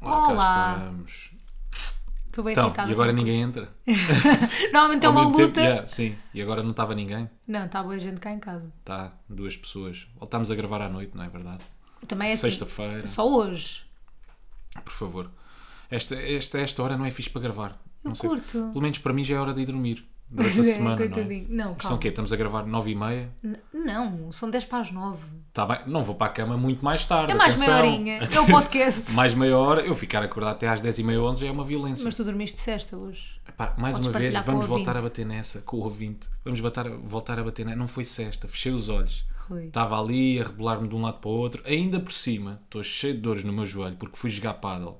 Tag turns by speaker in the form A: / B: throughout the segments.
A: Ora, cá
B: Olá. É
A: estamos.
B: Estou bem
A: Então,
B: irritada.
A: e agora ninguém entra.
B: Normalmente é
A: Ao
B: uma
A: mesmo tempo,
B: luta.
A: yeah, sim, e agora não estava ninguém.
B: Não, está boa gente cá em casa.
A: Está duas pessoas. Voltámos a gravar à noite, não é verdade?
B: Também é assim.
A: Sexta-feira,
B: Só hoje.
A: por favor. Esta, esta, esta hora não é fixe para gravar.
B: Eu
A: Não sei.
B: curto.
A: Pelo menos para mim já é hora de ir dormir. Durante a
B: Pois é,
A: semana,
B: coitadinho.
A: não é?
B: Não,
A: São o quê? Estamos a gravar nove e meia.
B: N- Não, são 10 para as 9.
A: Tá bem, não vou para a cama muito mais tarde.
B: É mais
A: atenção.
B: meia horinha. É o podcast.
A: Mais meia hora. Eu ficar acordado até às dez e meia, onze já é uma violência.
B: Mas tu dormiste sexta hoje.
A: Pá, mais
B: Podes
A: uma vez,
B: partilhar com
A: vamos
B: o ouvinte.
A: voltar a bater nessa, com o ouvinte. Vamos batar- voltar a bater nessa. Não foi sexta, fechei os olhos.
B: Rui.
A: Estava ali a rebolar-me de um lado para o outro. Ainda por cima, estou cheio de dores no meu joelho porque fui jogar paddle.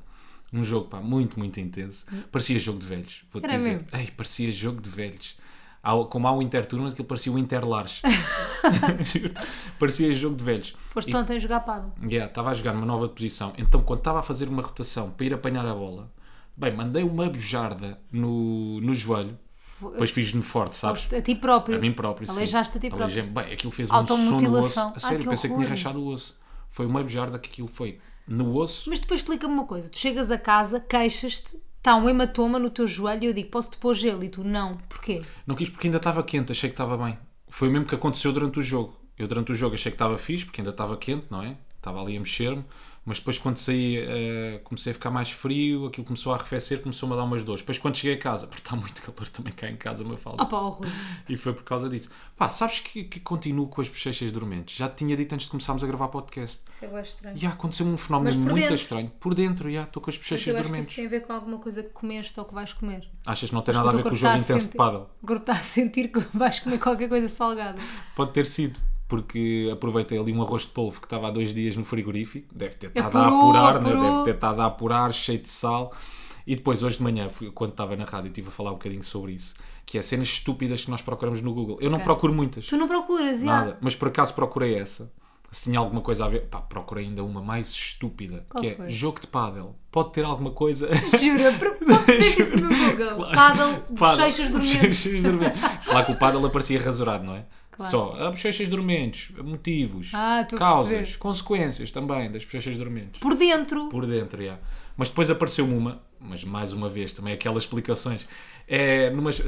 A: Um jogo pá, muito, muito intenso. Parecia jogo de velhos, vou-te
B: Hum. Era
A: dizer.
B: mesmo?
A: Ei, parecia jogo de velhos. Há o- como há o Interturmas, aquilo parecia o Interlares. Juro. parecia jogo de velhos.
B: Foste ontem jogar pado.
A: Yeah, estava a jogar numa nova posição. Então, quando estava a fazer uma rotação para ir apanhar a bola, bem, mandei uma bujarda no, no joelho. Depois fiz-me forte, sabes?
B: A ti próprio.
A: A mim próprio, sim.
B: Aleijaste-te a ti próprio.
A: Aleijei-me. Bem, aquilo fez um som no osso.
B: Automutilação.
A: A
B: Ai,
A: sério,
B: que
A: pensei que tinha
B: horror.
A: rachado o osso. Foi uma bujarda que aquilo foi no osso.
B: Mas depois explica-me uma coisa. Tu chegas a casa, queixas-te, está um hematoma no teu joelho e eu digo, posso-te pôr gelo? E tu, não. Porquê?
A: Não quis porque ainda estava quente, achei que estava bem. Foi o mesmo que aconteceu durante o jogo. Eu durante o jogo achei que estava fixe, porque ainda estava quente, não é? Estava ali a mexer-me. Mas depois quando saí, eh, comecei a ficar mais frio, aquilo começou a arrefecer, começou-me a dar umas dores. Depois quando cheguei a casa, porque está muito calor também cá em casa, me fala.
B: Opa, oh, Rui.
A: E foi por causa disso. Pá, sabes que, que continuo com as bochechas dormentes? Já te tinha dito antes de começarmos a gravar podcast.
B: Isso é bem estranho.
A: E aconteceu-me um fenómeno
B: Mas por
A: muito
B: dentro.
A: estranho. Por dentro, já, estou com as
B: Mas eu
A: bochechas
B: acho que isso
A: dormentes.
B: tem a ver com alguma coisa que comeste ou que vais comer.
A: Achas que não tem
B: Acho
A: nada a
B: que
A: ver
B: o
A: com o
B: teu corpo
A: jogo
B: está a
A: intenso de
B: sentir-
A: paddle?
B: O corpo está a sentir que vais comer qualquer coisa salgada.
A: Pode ter sido, porque aproveitei ali um arroz de polvo que estava há dois dias no frigorífico, deve ter
B: É,
A: estado a
B: Apurou,
A: apurar, né?
B: apurou.
A: deve ter estado a apurar, cheio de sal. E depois, hoje de manhã, fui- quando estava na rádio, estive a falar um bocadinho sobre isso, que é cenas estúpidas que nós procuramos no Google. Eu não procuro muitas,
B: Tu não procuras, já.
A: nada, mas por acaso procurei essa. Se tinha alguma coisa a ver, pá, procurei ainda uma mais estúpida,
B: Qual
A: que
B: foi?
A: é jogo de pádel. Pode ter alguma coisa.
B: Jura, pro- procurei isso no Google.
A: Claro.
B: Paddle,
A: Paddle.
B: bochechas dormentes.
A: Bochechas dormentes. Claro que o paddle aparecia rasurado, não é?
B: Claro.
A: Só ah, bochechas dormentes, motivos,
B: Ah, estou a
A: causas,
B: perceber.
A: consequências também das bochechas dormentes.
B: Por dentro.
A: Por dentro, já. Mas depois apareceu-me uma, mas mais uma vez também aquelas explicações. É, numas,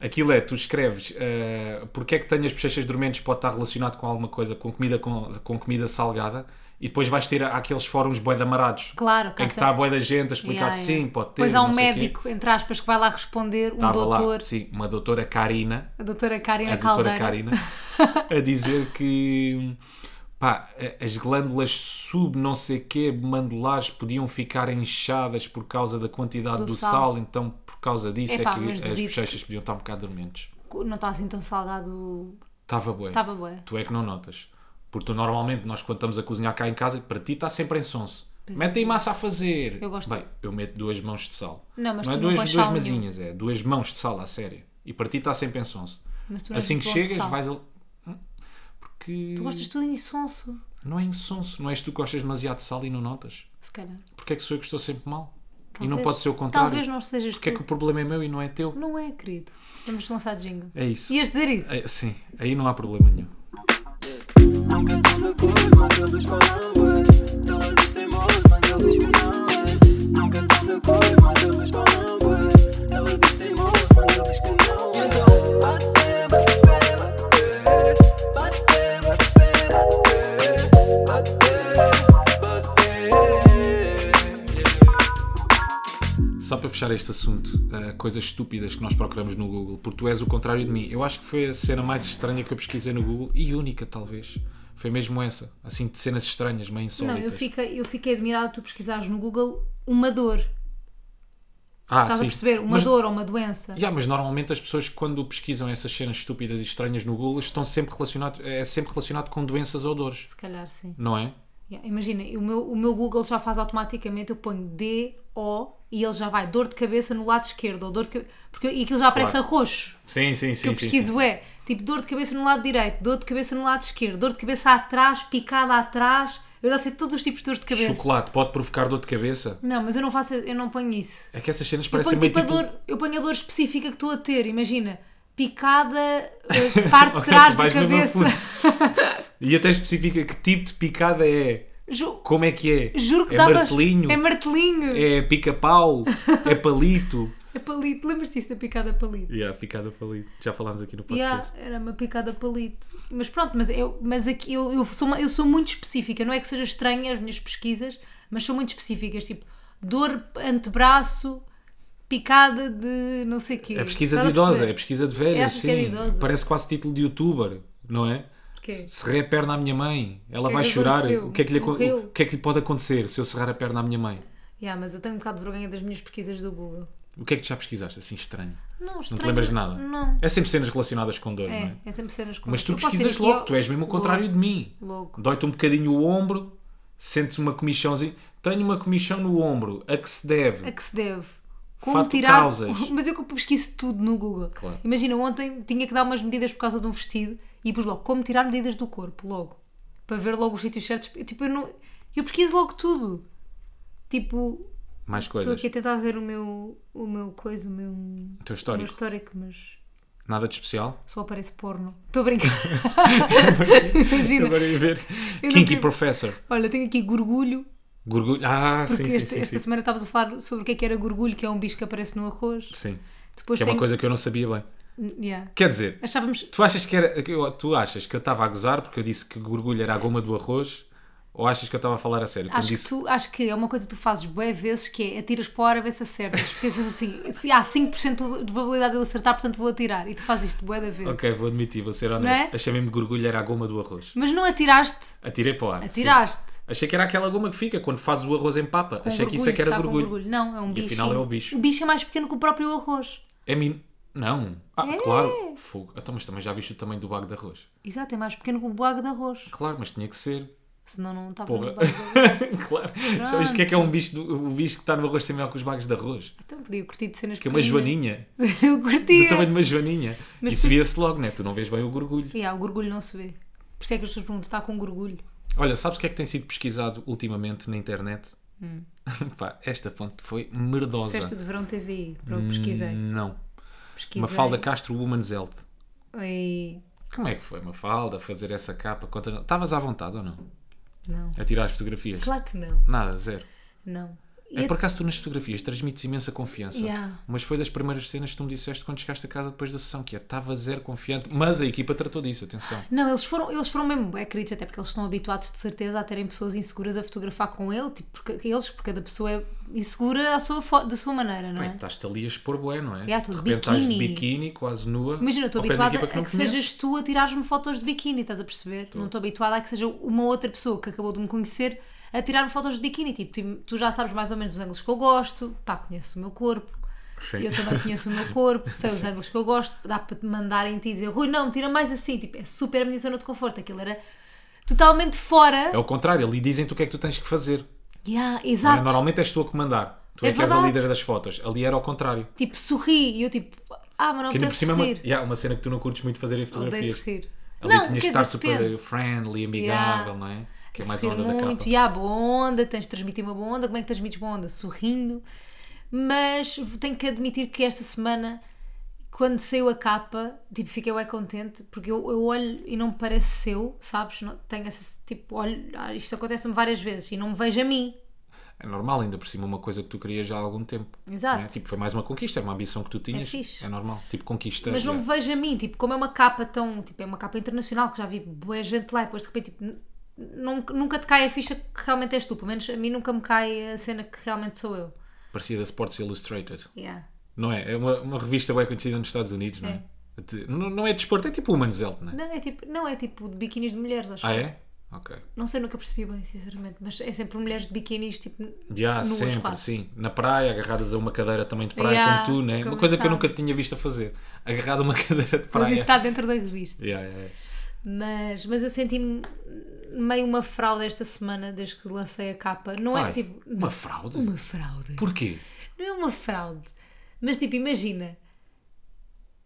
A: aquilo é, tu escreves ah, porque é que tenho as bochechas dormentes pode estar relacionado com alguma coisa, com comida, com, com comida salgada. E depois vais ter aqueles fóruns boi amarados.
B: Claro, cá
A: Em que
B: sempre.
A: está a boi da gente a explicar
B: Yeah, yeah.
A: sim, pode ter.
B: Depois há
A: não
B: um
A: sei o quê.
B: médico, entre aspas, que vai lá responder, um
A: Estava
B: doutor,
A: lá, sim, uma doutora Karina,
B: a doutora Karina
A: a doutora
B: Caldeira.
A: Karina, a dizer que pá, a- as glândulas sub não sei quê, mandulares podiam ficar inchadas por causa da quantidade do,
B: Do
A: sal.
B: sal.
A: então por causa disso
B: Epá,
A: é que
B: mas
A: as
B: duvido que-
A: bochechas podiam estar um bocado dormentes.
B: Não está assim tão salgado.
A: Estava bué.
B: Estava bué.
A: Tu é que não notas. Porque tu, normalmente nós quando estamos a cozinhar cá em casa, para ti está sempre em sonso. Mete aí massa a fazer.
B: é. Eu gosto.
A: Bem, eu meto duas mãos de sal.
B: Não, mas
A: é
B: tu não
A: duas,
B: pões
A: duas
B: sal nenhum.
A: mazinhas, é duas mãos de sal, a sério. E para ti está sempre em sonso.
B: Mas tu não és
A: Assim que
B: muito bom de
A: chegas,
B: sal.
A: vais ali. Hum? Porque
B: Tu gostas de tudo em sonso,
A: não é insonso, não és tu que gostas demasiado de sal e não notas.
B: se calhar.
A: Porque é que sou eu que estou sempre mal? E não
B: Talvez-
A: pode ser o contrário.
B: Talvez não sejas
A: Porque é
B: tu.
A: que o problema é meu e não é teu?
B: Não é, querido. Vamos lançar jingle.
A: É isso.
B: Ias dizer isso?
A: É- sim, aí não há problema nenhum.
C: Nunca tanta coisa, mas eles falam, ué. Elas teimosas, mas eles que não, ué. Nunca tanta coisa, mas eles falam, ué. Elas teimosas, mas eles que não, ué. Então, bate, bate, bate, bate, bate, bate, bate, bate.
A: Só para fechar este assunto, eh, coisas estúpidas que nós procuramos no Google, porque tu és o contrário de mim. Eu acho que foi a cena mais estranha que eu pesquisei no Google e única, talvez. Foi mesmo essa, assim, de cenas estranhas, meio
B: Não,
A: insólitas.
B: eu fiquei, eu fiquei admirada de tu pesquisares no Google uma dor.
A: ah,
B: Estás a
A: sim.
B: perceber? Uma
A: mas,
B: dor ou uma doença.
A: Yeah, mas normalmente as pessoas, quando pesquisam essas cenas estúpidas e estranhas no Google, estão sempre relacionado, é sempre relacionado com doenças ou dores,
B: Se calhar, sim.
A: não é?
B: Yeah, Imagina, o meu, o meu Google já faz automaticamente, eu ponho D, O e ele já vai dor de cabeça no lado esquerdo, ou dor de cabeça. Porque e aquilo já aparece a roxo.
A: Sim, sim, sim.
B: O que eu pesquiso é tipo dor de cabeça no lado direito, dor de cabeça no lado esquerdo, dor de cabeça atrás, picada atrás. Eu já sei todos os tipos de dor de cabeça.
A: Chocolate pode provocar dor de cabeça?
B: Não, mas eu não faço, eu não ponho isso.
A: É que essas cenas
B: Eu
A: parecem
B: ponho,
A: meio
B: tipo a
A: tipo...
B: dor, eu ponho a dor específica que estou a ter, imagina, picada, eh, parte de
A: Ok,
B: trás da
A: vais mesmo a
B: cabeça.
A: fundo. E até especifica que tipo de picada é.
B: Ju-
A: Como é que é?
B: juro que
A: é
B: dava.
A: martelinho,
B: É martelinho. É,
A: é pica-pau, é palito.
B: palito. Lembras-te disso da picada palito?
A: E yeah, picada palito. Já falámos aqui no
B: Yeah,
A: podcast.
B: era uma picada a palito. Mas pronto, mas, eu, mas aqui eu, eu, sou, uma- eu sou muito específica, não é que seja estranha as minhas pesquisas, mas são muito específicas, tipo dor antebraço, picada de não sei quê.
A: É pesquisa
B: Estás
A: de
B: a
A: idosa,
B: perceber?
A: é pesquisa de velha,
B: É a
A: sim.
B: pesquisa de idosa.
A: Parece quase título de youtuber, não é?
B: Porquê?
A: Se Serrei a perna à minha mãe, ela
B: que
A: vai
B: é que
A: chorar.
B: aconteceu?
A: O que, é que lhe, acon-
B: Morreu?
A: o que é que lhe pode acontecer se eu serrar a perna à minha mãe?
B: Yeah, mas eu tenho um bocado de vergonha das minhas pesquisas do Google.
A: O que é que tu já pesquisaste assim estranho?
B: Não,
A: Não
B: estranho,
A: te lembras de nada?
B: Não.
A: É sempre cenas relacionadas com dor, não
B: É,
A: é?
B: é sempre cenas como
A: Mas tu
B: Eu posso ir
A: pesquisas
B: aqui
A: logo,
B: ao-
A: tu és mesmo o contrário de mim.
B: Logo.
A: Dói-te um bocadinho o ombro, sentes uma comichãozinha. Tenho uma comichão no ombro, a que se deve?
B: A que se deve? Como
A: Fato
B: tirar.
A: causas.
B: Mas eu que pesquiso tudo no Google.
A: Claro.
B: Imagina, ontem tinha que dar umas medidas por causa de um vestido e pus logo como tirar medidas do corpo, logo. Para ver logo os sítios certos. Eu, Tipo, eu, não... eu pesquiso logo tudo. Tipo,
A: Mais
B: estou
A: coisas.
B: aqui a tentar ver o meu, o meu coisa, o meu, o
A: O teu
B: meu
A: histórico.
B: histórico, mas
A: Nada de especial.
B: só aparece porno. Estou a brincar. Imagina.
A: Agora ia ver.
B: Eu não
A: Kinky
B: tive-
A: Professor.
B: Olha, tenho aqui gorgulho.
A: Gorgulho. Ah,
B: Porque
A: sim, sim,
B: este-
A: sim.
B: esta
A: sim.
B: semana estavas a falar sobre o que é que era gorgulho, que é um bicho que aparece no arroz.
A: Sim.
B: Depois
A: Que é
B: tem.
A: uma coisa que eu não sabia bem.
B: Yeah.
A: Quer dizer,
B: Achávamos.
A: tu achas que era. que eu- Tu achas que eu estava a gozar porque eu disse que gorgulho era a goma do arroz? Ou achas que eu estava a falar a sério? Quando
B: Acho que,
A: disse
B: tu, acho que é uma coisa que tu fazes bué vezes que é atiras para o ar a ver se acertas. Pensas assim, se há 5% de probabilidade de eu acertar, portanto vou atirar. E tu fazes isto bué da vez.
A: Ok, vou admitir, vou ser honesto.
B: Não é?
A: Achei mesmo que gorgulho era a goma do arroz.
B: Mas não atiraste,
A: Atirei para o ar. sim.
B: atiraste.
A: Achei que era aquela goma que fica quando fazes o arroz em papa.
B: Com
A: Achei que isso é que era
B: tá com
A: gorgulho.
B: gorgulho. Não, é um bicho.
A: afinal é o bicho.
B: O bicho é mais pequeno que o próprio arroz.
A: É min... Não. Ah,
B: É.
A: claro. Fogo. Então, mas também já viste o tamanho do bago de arroz.
B: Exato, é mais pequeno que o blago de arroz.
A: Claro, mas tinha que ser.
B: Senão não estava
A: Porra.
B: no bago de arroz.
A: claro. Já viste o que é que é um bicho, do- o bicho que está no arroz sem mel com os bagos de arroz?
B: Então podia curtir de cenas
A: Que é uma
B: pequeninas.
A: joaninha.
B: Eu
A: Do
B: curtia.
A: tamanho de uma joaninha.
B: Uhum. Mas
A: Isso
B: por-
A: via-se logo, né? Tu não vês bem o gorgulho.
B: E há, o gorgulho não se vê. Por isso é que as pessoas perguntam, está com gorgulho.
A: Olha, sabes o que é que tem sido pesquisado ultimamente na internet?
B: Hum.
A: Pá, esta fonte foi merdosa.
B: Festa de Verão TVI, para eu pesquisei.
A: Não.
B: pesquisei.
A: Mafalda Castro Woman's Health.
B: Ai,
A: Como é que foi, Mafalda, fazer essa capa? Conta- Estavas à vontade ou não?
B: Não.
A: A tirar as fotografias?
B: Claro que não.
A: Nada, zero.
B: Não. E
A: É por acaso tu nas fotografias transmites imensa confiança.
B: Yeah.
A: Mas foi das primeiras cenas que tu me disseste quando chegaste a casa depois da sessão, que é, estava zero confiante. Mas a equipa tratou disso, atenção.
B: Não, eles foram, eles foram mesmo é queridos, até porque eles estão habituados de certeza a terem pessoas inseguras a fotografar com ele, tipo, porque eles, porque cada pessoa é insegura à sua fo- da sua maneira, não
A: Bem,
B: é?
A: estás-te ali a expor bué, não é? de
B: Yeah, tu de
A: repente estás de
B: biquíni.
A: biquíni, quase nua.
B: Imagina, eu
A: ao
B: estou
A: pé de
B: habituada
A: equipa
B: a
A: não
B: que
A: conheces.
B: sejas tu a tirar-me fotos de biquíni, estás a perceber? Não estou habituada a que seja uma outra pessoa que acabou de me conhecer a tirar-me fotos de biquíni. Tipo, tu, tu já sabes mais ou menos os ângulos que eu gosto, pá, conheço o meu corpo,
A: Sim.
B: eu também conheço o meu corpo, sei os ângulos que eu gosto, dá para te mandar em ti e dizer, Rui, não, tira mais assim. Tipo, é super a minha zona de conforto. Aquilo era totalmente fora.
A: É o contrário, ali dizem-te o que é que tu tens que fazer.
B: Yeah,
A: Não é?
B: exato.
A: Normalmente és tu a comandar. Tu é,
B: É
A: que és a
B: verdade.
A: líder das fotos. Ali era ao contrário.
B: Tipo, sorri. E eu tipo, ah, mas não
A: Que ainda
B: me
A: por cima é uma,
B: sorrir.
A: yeah, uma cena que tu não curtes muito fazer em
B: Odeio
A: fotografias.
B: sorrir.
A: Ali tinhas de
B: quer
A: estar
B: dizer,
A: super
B: depende.
A: friendly, amigável,
B: Yeah.
A: não é? Que é mais a
B: sorrir
A: onda da
B: muito,
A: capa.
B: e há boa onda, tens de transmitir uma boa onda. Como é que transmites boa onda? Sorrindo. Mas tenho que admitir que esta semana, quando saiu a capa, tipo, fiquei bem contente, porque eu, eu olho e não me parece seu, sabes? Não, tenho essa, tipo, olho, ah, isto acontece-me várias vezes e não me vejo a mim.
A: É normal, ainda por cima, uma coisa que tu querias já há algum tempo.
B: Exato.
A: não é? Tipo, foi mais uma conquista, é uma ambição que tu tinhas.
B: fixe.
A: normal. Tipo, conquista.
B: Mas não
A: já.
B: me vejo a mim, tipo, como é uma capa tão. Tipo, é uma capa internacional que já vi boa gente lá e depois de repente, tipo, n- nunca, nunca te cai a ficha que realmente és tu. Pelo menos a mim nunca me cai a cena que realmente sou eu.
A: Parecia da Sports Illustrated.
B: Yeah.
A: Não é? É uma, uma revista bem conhecida nos Estados Unidos, não é? De- Não, não é desporto, é tipo o Man's Health, não é?
B: Não, é tipo, não, é tipo de biquínis de mulheres, acho.
A: Ah, é? Ok.
B: Não sei, nunca percebi bem, sinceramente, mas é sempre mulheres de biquínis, tipo.
A: Já,
B: nuas
A: sempre,
B: quase.
A: sim. Na praia, agarradas a uma cadeira também de praia,
B: Yeah,
A: como tu, né? Uma
B: como
A: coisa que eu
B: então.
A: nunca te tinha visto a fazer. Agarrada a uma cadeira de
B: Mas
A: praia.
B: isso está dentro da revista.
A: Yeah, yeah, yeah.
B: Mas, mas eu senti-me meio uma fraude esta semana, desde que lancei a capa. Não é
A: Ai,
B: tipo.
A: uma fraude?
B: Uma fraude.
A: Porquê?
B: Não é uma fraude. Mas tipo, imagina.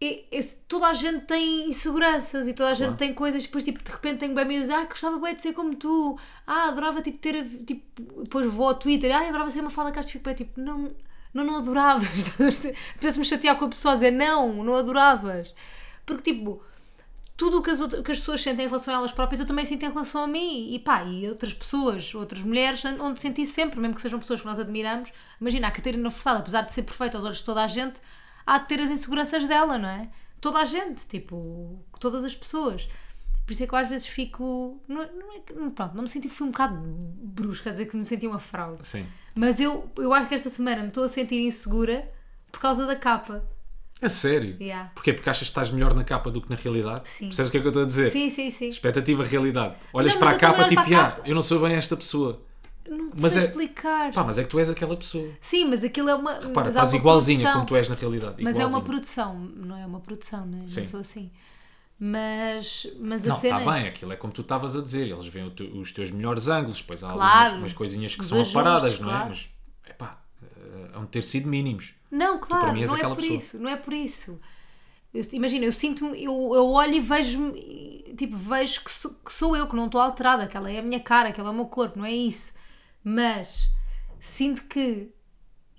B: E- esse- toda a gente tem inseguranças e toda a gente tem coisas, depois tipo, de repente tenho bem amigos, ah, gostava bem de ser como tu, ah, adorava tipo ter, a- tipo, depois vou ao Twitter, ah, adorava ser uma fala Castro, fico bem tipo, não, não, não adoravas, pudesse-me chatear com a pessoa a dizer, não, não adoravas, porque tipo, tudo o que as, outras- que as pessoas sentem em relação a elas próprias, eu também sinto em relação a mim. E pá, e outras pessoas, outras mulheres, an- onde senti sempre, mesmo que sejam pessoas que nós admiramos. Imagina, a Catarina Furtado, apesar de ser perfeita aos olhos de toda a gente, há de ter as inseguranças dela, não é? Toda a gente, tipo, todas as pessoas. Por isso é que eu às vezes fico. Não, não é que- pronto, não me senti que fui um bocado brusca a dizer que me senti uma fraude.
A: Sim.
B: Mas eu, eu acho que esta semana me estou a sentir insegura por causa da capa.
A: A É sério?
B: Yeah.
A: Porquê? Porque achas que estás melhor na capa do que na realidade?
B: Sim.
A: Percebes o que é que eu estou a dizer?
B: Sim, sim, sim.
A: Expectativa, realidade. Olhas
B: Não,
A: para
B: mas
A: a
B: eu também
A: capa
B: olho
A: tipo,
B: para a
A: "Ah,
B: capa."
A: eu não sou bem esta pessoa.
B: Não te
A: Mas
B: sei
A: é-
B: explicar.
A: Pá, mas é que tu és aquela pessoa.
B: Sim, mas aquilo é uma.
A: Pá,
B: mas há
A: estás
B: uma
A: igualzinha
B: produção.
A: como tu és na realidade.
B: Mas é uma
A: igualzinha.
B: produção, não é uma produção, né?
A: Sim.
B: não sou assim. Mas, mas a
A: Não,
B: cena.
A: está
B: é-
A: bem, aquilo é como tu estavas a dizer, eles veem o teu- os teus melhores ângulos, depois há
B: Claro.
A: algumas umas coisinhas que
B: Os
A: são reparadas,
B: ajustes,
A: não é?
B: claro.
A: Mas, epá, eh, hão de ter sido mínimos.
B: Não, claro,
A: mim és
B: não é
A: aquela
B: por
A: pessoa.
B: isso, não é por isso. Eu- imagina, eu sinto-me, eu, eu olho e vejo-me, tipo, vejo que sou, que sou eu, que não estou alterada, que ela é a minha cara, que ela é o meu corpo, não é isso. Mas sinto que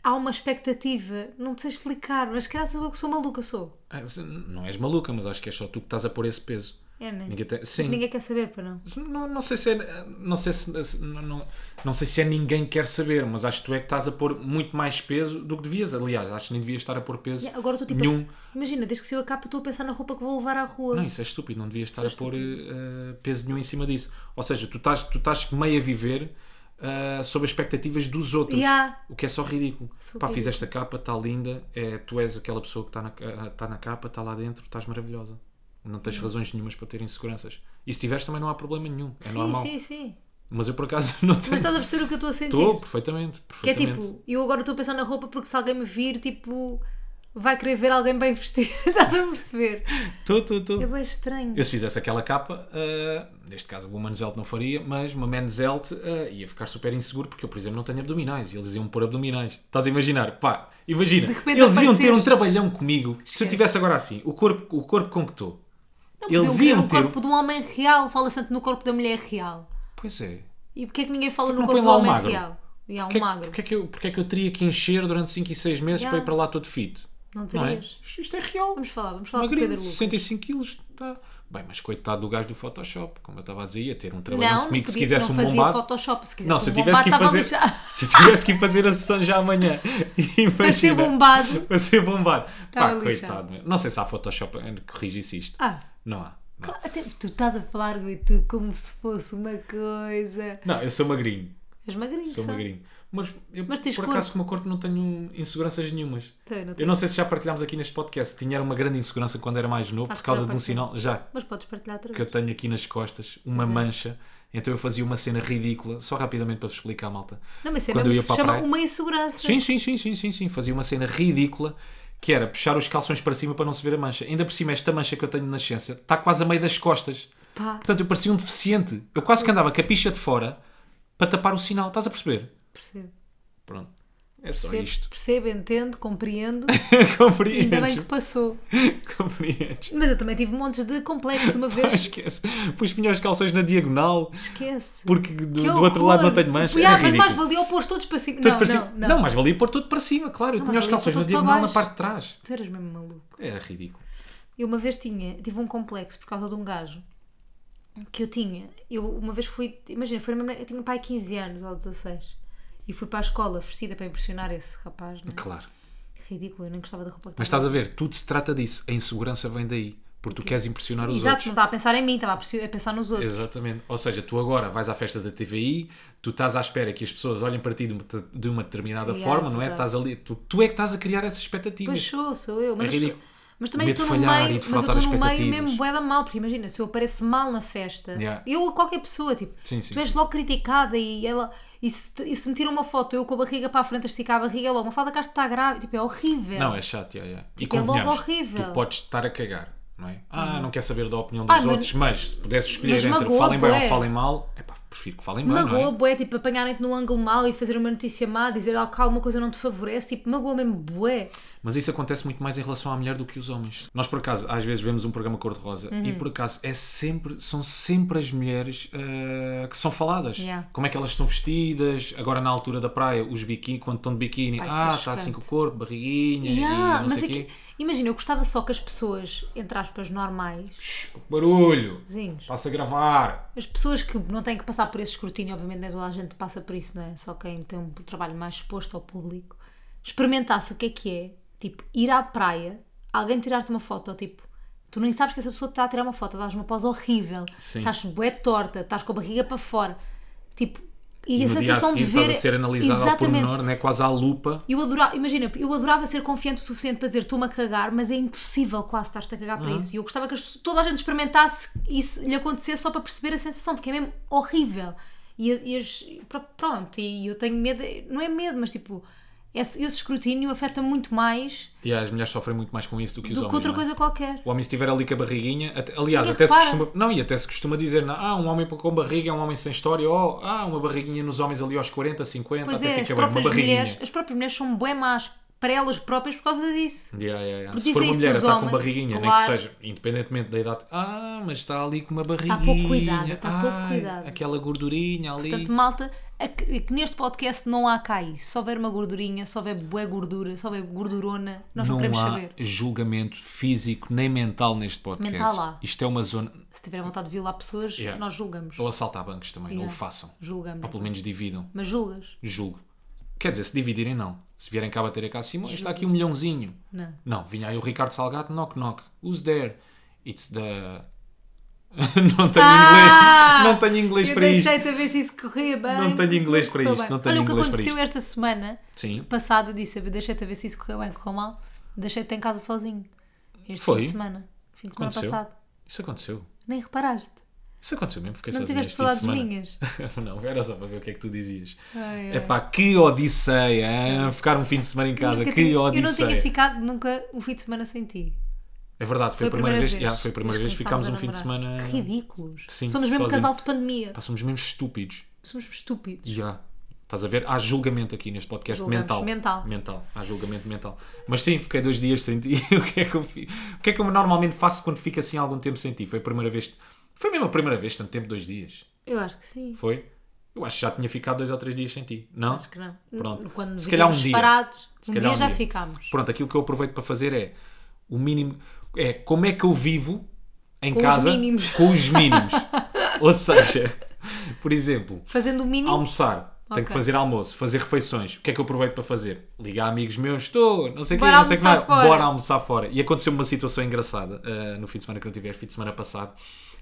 B: há uma expectativa, não te sei explicar, mas se calhar sou eu que sou maluca, sou.
A: Ah, se- Não és maluca, mas acho que é só tu que estás a pôr esse peso.
B: É, né?
A: Ninguém tem- Sim.
B: Ninguém quer saber para não.
A: Não, não sei se é, não sei se, se- não, não, não sei se é ninguém quer saber, mas acho que tu é que estás a pôr muito mais peso do que devias. Aliás, acho que nem devias estar a pôr peso
B: Yeah, Agora estou tipo. a-
A: nenhum.
B: Imagina, desde que saiu a capa, estou a pensar na roupa que vou levar à rua.
A: Não, isso é estúpido, não devias estar a pôr eh, peso nenhum em cima disso. Ou seja, tu estás, tu estás meio a viver eh, sob as expectativas dos outros,
B: Yeah.
A: o que é só ridículo.
B: Sou
A: Pá,
B: ridículo.
A: fiz esta capa, está linda, é, tu és aquela pessoa que está na, ca- tá na capa, está lá dentro, estás maravilhosa. Não tens
B: Hum.
A: razões nenhumas para ter inseguranças. E se tiveres também não há problema nenhum, é
B: sim,
A: normal.
B: sim, sim.
A: Mas eu por acaso não
B: Mas
A: tenho.
B: estás a perceber o que eu estou a sentir?
A: Estou, perfeitamente,
B: Que é
A: perfeitamente.
B: tipo, eu agora estou a pensar na roupa porque se alguém me vir, tipo, vai querer ver alguém bem vestido. Estás a perceber?
A: Tu, tu, tu.
B: É bem estranho.
A: Eu se fizesse aquela capa, ah, neste caso o Woman's Health não faria, mas uma Men's Health ah, ia ficar super inseguro porque eu, por exemplo, não tenho abdominais e eles iam pôr abdominais. Estás a imaginar? Pá, imagina, eles
B: repente
A: iam ter um
B: apareceres.
A: trabalhão comigo se eu tivesse agora assim, o corpo, o corpo com que estou. Eles
B: Podia
A: iam
B: um
A: ter.
B: corpo de um homem real, fala-se tanto no corpo da mulher real.
A: Pois é.
B: E porquê é que ninguém fala
A: não
B: no
A: põe
B: corpo do
A: lá um
B: homem
A: magro?
B: real? E há um
A: Porquê, é que-
B: magro.
A: porquê é que eu, porquê é que eu teria que encher durante 5 e 6 meses
B: Ya.
A: para ir para lá todo fit?
B: Não
A: Não é?
B: terias.
A: Isto é real.
B: Vamos falar, vamos falar do
A: Magrinho,
B: Pedro Lucas.
A: 65 quilos. Tá. Bem, mas coitado do gajo do Photoshop, como eu estava a dizer, ia ter um trabalhão
B: Não,
A: comigo se
B: podia-
A: quisesse
B: não
A: um
B: fazia
A: bombado.
B: Photoshop, se quisesse
A: Não, se
B: um
A: eu tivesse
B: bombado,
A: que ir
B: estava
A: fazer,
B: lixado.
A: se eu tivesse que ir fazer a sessão já amanhã, imagina,
B: Para ser bombado.
A: para ser bombado. Pá,
B: Estava lixado.
A: coitado, meu. não sei se há Photoshop, corrige-se isto.
B: Ah,
A: Não há. Não.
B: claro, até tu estás a falar, Rui, tu, como se fosse uma coisa.
A: Não, eu sou magrinho,
B: És magrinho,
A: sou
B: só.
A: magrinho. Mas eu,
B: Mas tens
A: por
B: corpo.
A: acaso, com o meu corpo não tenho inseguranças nenhumas.
B: Também Então, não
A: Eu
B: tenho.
A: não sei se já partilhámos aqui neste podcast, tinha era uma grande insegurança quando era mais novo,
B: Acho
A: por
B: que já
A: causa de um
B: partilhei. é.
A: sinal, já,
B: Mas podes partilhar outra
A: que eu
B: vez.
A: tenho aqui nas costas, uma mancha. Então eu fazia uma cena ridícula, só rapidamente para vos explicar, malta.
B: Não, mas isso é
A: Quando
B: mesmo
A: eu ia
B: que se
A: para a
B: chama
A: praia-
B: uma insegurança.
A: Sim, sim, sim, sim, sim, sim. Fazia uma cena ridícula que era puxar os calções para cima para não se ver a mancha. Ainda por cima, esta mancha que eu tenho na nascença está quase a meio das costas.
B: Pá.
A: Portanto, eu parecia um deficiente. Eu quase que andava com a picha de fora para tapar o sinal. Estás a perceber?
B: Percebo.
A: Pronto. É só
B: Percebo,
A: isto.
B: percebo, entendo, compreendo. Ainda bem que
A: Compreendes?
B: passou.
A: Compreendes?
B: Mas eu também tive montes de complexo uma
A: Ah,
B: vez.
A: Esquece. Pus melhores calções na diagonal
B: Esquece.
A: porque do,
B: Que
A: do outro
B: horror.
A: lado não tenho mancha.
B: Ah,
A: Era
B: mas
A: ridículo.
B: mais valia pôr todos para cima.
A: Tudo
B: Não,
A: para cima.
B: não,
A: não,
B: não,
A: mais valia pôr tudo para cima, claro. Eu
B: Não,
A: tinha
B: mas
A: os
B: valia
A: calções
B: pôr
A: na
B: tudo para
A: diagonal na
B: baixo.
A: parte de trás.
B: Tu eras mesmo maluco.
A: Era ridículo.
B: Eu uma vez tinha, tive um complexo por causa de um gajo que eu tinha. Eu uma vez fui, imagina, foi uma, eu tinha pai 15 anos, ou 16. E fui para a escola vestida para impressionar esse rapaz, não é?
A: Claro.
B: Ridículo, eu nem gostava da roupa que
A: Mas
B: estava.
A: estás a ver, tudo se trata disso. A insegurança vem daí. Porque tu queres impressionar os
B: Exato, não
A: outros.
B: estava a pensar em mim, estava a perce- a pensar nos outros.
A: Exatamente. Ou seja, tu agora vais à festa da TVI, tu estás à espera que as pessoas olhem para ti de uma, de uma determinada
B: Yeah,
A: forma, não é?
B: verdade.
A: Estás ali, tu, tu é que estás a criar essas expectativas.
B: Pois sou, sou eu. Mas, as
A: É ridículo.
B: pessoas- mas também eu
A: Medo de
B: estou no
A: falhar e
B: meio,
A: de
B: mas eu
A: faltar
B: estou no meio
A: expectativas.
B: mesmo boeda mal, porque imagina, se eu apareço mal na festa,
A: Yeah.
B: eu ou qualquer pessoa, tipo,
A: Sim, sim,
B: tu és
A: sim.
B: logo criticada e ela. E se, te- e se me tiram uma foto, eu com a barriga para a frente a esticar a barriga, é logo uma fala que acho que está grave, tipo, é horrível.
A: Não, é chato, yeah, yeah. E
B: Tipo, é logo
A: convenhamos,
B: horrível.
A: tu podes estar a cagar, não é? Ah, não quer saber da opinião
B: Ah,
A: dos
B: mas-
A: outros, mas se pudesse escolher
B: mas
A: entre
B: magoa,
A: falem bem
B: bué.
A: ou falem mal, é pá, prefiro que falem bem, não
B: Magoa,
A: é?
B: bué, tipo, apanharem-te num ângulo mau e fazer uma notícia má, dizer ah, que alguma coisa não te favorece, tipo, magoa mesmo, bué.
A: Mas isso acontece muito mais em relação à mulher do que os homens. Nós, por acaso, às vezes vemos um programa cor-de-rosa
B: Uhum.
A: e, por acaso, é sempre, são sempre as mulheres ah, que são faladas.
B: Yeah.
A: Como é que elas estão vestidas, agora na altura da praia, os biquíni, quando estão de biquíni,
B: Ai, isso é
A: ah, está assim
B: chocante.
A: com o corpo, barriguinha e não
B: Yeah, mas é
A: sei o
B: aqui-
A: quê.
B: Imagina, eu gostava só que as pessoas, entre aspas, normais,
A: Barulho!
B: zinhos,
A: Passa a gravar!
B: as pessoas que não têm que passar por esse escrutínio, obviamente nem toda a gente passa por isso, não é? Só quem tem um trabalho mais exposto ao público, experimentasse o que é que é, tipo, ir à praia, alguém tirar-te uma foto, tipo, tu nem sabes que essa pessoa te está a tirar uma foto, dás uma pose horrível,
A: Sim.
B: estás bué torta, estás com a barriga para fora, tipo, e,
A: E
B: a
A: no dia a
B: sensação de
A: seguir
B: ver...
A: estás a ser analisado ao
B: Exatamente.
A: pormenor, né? quase à lupa.
B: Eu adorava, imagina, eu adorava ser confiante o suficiente para dizer estou-me a cagar, mas é impossível quase estar-te a cagar
A: Uhum.
B: para isso. E eu gostava que as pessoas- toda a gente experimentasse e isso lhe acontecesse só para perceber a sensação, porque é mesmo horrível. E, as- e as- pro- pronto, e eu tenho medo, não é medo, mas tipo, esse, esse escrutínio afeta muito mais
A: E as mulheres sofrem muito mais com isso do que os
B: do
A: homens.
B: que outra
A: não é?
B: coisa qualquer.
A: O homem, se estiver ali com a barriguinha, até- aliás,
B: Ninguém
A: até se
B: repara.
A: costuma. Não, e até se costuma dizer, não, ah, um homem com barriga é um homem sem história, oh, ah, uma barriguinha nos homens ali aos 40, 50,
B: Pois
A: até
B: é, as
A: fica bem, uma
B: próprias,
A: barriguinha.
B: mulheres, as próprias mulheres são bué más para elas próprias por causa disso.
A: Yeah, yeah, yeah.
B: Porque
A: Se for
B: dizem
A: uma
B: isso
A: mulher a
B: dos
A: estar com
B: homens,
A: barriguinha,
B: claro.
A: nem que seja, independentemente da idade, ah, mas está ali com uma barriguinha.
B: pouco cuidada, está pouco
A: ai,
B: cuidada.
A: Aquela gordurinha ali.
B: Portanto, malta, a que, a que neste podcast não há cá isso. Se houver uma gordurinha, se houver bué gordura, se houver gordurona, nós não,
A: não
B: queremos
A: há
B: saber.
A: julgamento físico nem mental neste podcast.
B: Mental há.
A: Isto é uma zona.
B: Se tiver vontade de violar pessoas,
A: Yeah.
B: nós julgamos.
A: Ou assaltar bancos também,
B: Yeah.
A: ou o façam.
B: Julgamos.
A: Ou pelo menos dividam.
B: Mas julgas?
A: Julgo. Quer dizer, se dividirem, não. Se vierem cá bater a cá, Simões, está aqui um milhãozinho.
B: Não.
A: Não, vinha aí o Ricardo Salgado, knock knock. Who's there? It's the. não tenho
B: Ah!
A: inglês, não tenho inglês
B: Eu
A: para isto.
B: deixei-te a ver se isso corria bem.
A: Não tenho
B: se
A: inglês
B: correu
A: para isto,
B: bem.
A: não tenho
B: Olha o
A: inglês
B: que
A: para
B: aconteceu esta semana
A: Sim.
B: passada, eu disse, eu deixei-te a ver se isso correu bem, correu mal. Deixei-te em casa sozinho. Este
A: Foi.
B: fim de semana. Fim de semana
A: Aconteceu.
B: passado.
A: Isso aconteceu.
B: Nem reparaste.
A: Isso aconteceu mesmo, fiquei
B: Não
A: sozinho
B: tiveste
A: este fim de
B: saudades
A: semana.
B: minhas.
A: não, era só para ver o que é que tu dizias.
B: Ai, ai.
A: Epá, que odisseia! hein? Ficar um fim de semana em casa,
B: Nunca
A: que
B: tinha- eu
A: odisseia!
B: não tinha ficado nunca um fim de semana sem ti.
A: É verdade, foi, a primeira, vez, yeah, foi a primeira vez que ficámos um fim de semana.
B: Ridículos.
A: Sim,
B: Somos mesmo
A: sozinho.
B: casal de pandemia.
A: Pá, somos mesmo estúpidos.
B: Somos estúpidos.
A: Já. Estás a ver? Há julgamento aqui neste podcast
B: Julgamos.
A: mental.
B: Mental.
A: Há julgamento mental. Mas sim, fiquei dois dias sem ti. o que é que eu fi- O que é que eu normalmente faço quando fico assim algum tempo sem ti? Foi a primeira vez. Foi mesmo a primeira vez, tanto tempo, dois dias.
B: Eu acho que sim.
A: Foi? Eu acho que já tinha ficado dois ou três dias sem ti. Não?
B: Acho que não.
A: Pronto.
B: Quando
A: Se calhar um
B: vivíamos
A: dia.
B: separados,
A: Se
B: um
A: calhar
B: dia
A: um
B: já
A: dia.
B: ficámos.
A: Pronto, aquilo que eu aproveito para fazer é o mínimo. É como é que eu vivo em
B: Com os
A: casa
B: mínimos.
A: com os mínimos. Ou seja, por exemplo,
B: Fazendo o mínimo.
A: um almoçar. Tenho que
B: Ok.
A: fazer almoço, fazer refeições. O que é que eu aproveito para fazer? Ligar a amigos meus, estou, não sei o que,
B: Bora
A: não sei o que mais.
B: almoçar fora.
A: Bora almoçar fora. E aconteceu uma situação engraçada ah, no fim de semana que eu tive, fim de semana passado,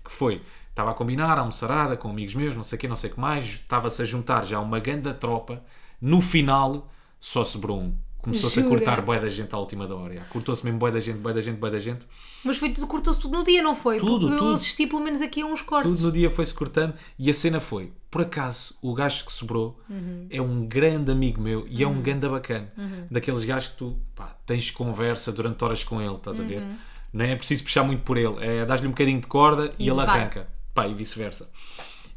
A: que foi, estava a combinar a almoçarada com amigos meus, não sei o que, não sei o que mais, estava-se a juntar já uma grande tropa, no final só sobrou um. Começou-se a
B: Jura?
A: cortar boé da gente à última da hora. já. Cortou-se mesmo boé da gente, boé da gente, boé da gente.
B: Mas foi tudo, cortou-se tudo no dia, não foi?
A: Tudo,
B: Porque
A: tudo.
B: Eu assisti pelo menos aqui a uns cortes.
A: Tudo no dia foi-se cortando e a cena foi: por acaso, o gajo que sobrou
B: Uhum.
A: é um grande amigo meu e é um ganda bacana. Daqueles gajos que tu pá, tens conversa durante horas com ele, estás a ver?
B: Uhum.
A: Não é preciso puxar muito por ele, é dar-lhe um bocadinho de corda e,
B: E
A: ele
B: vai.
A: arranca. Pá, e vice-versa.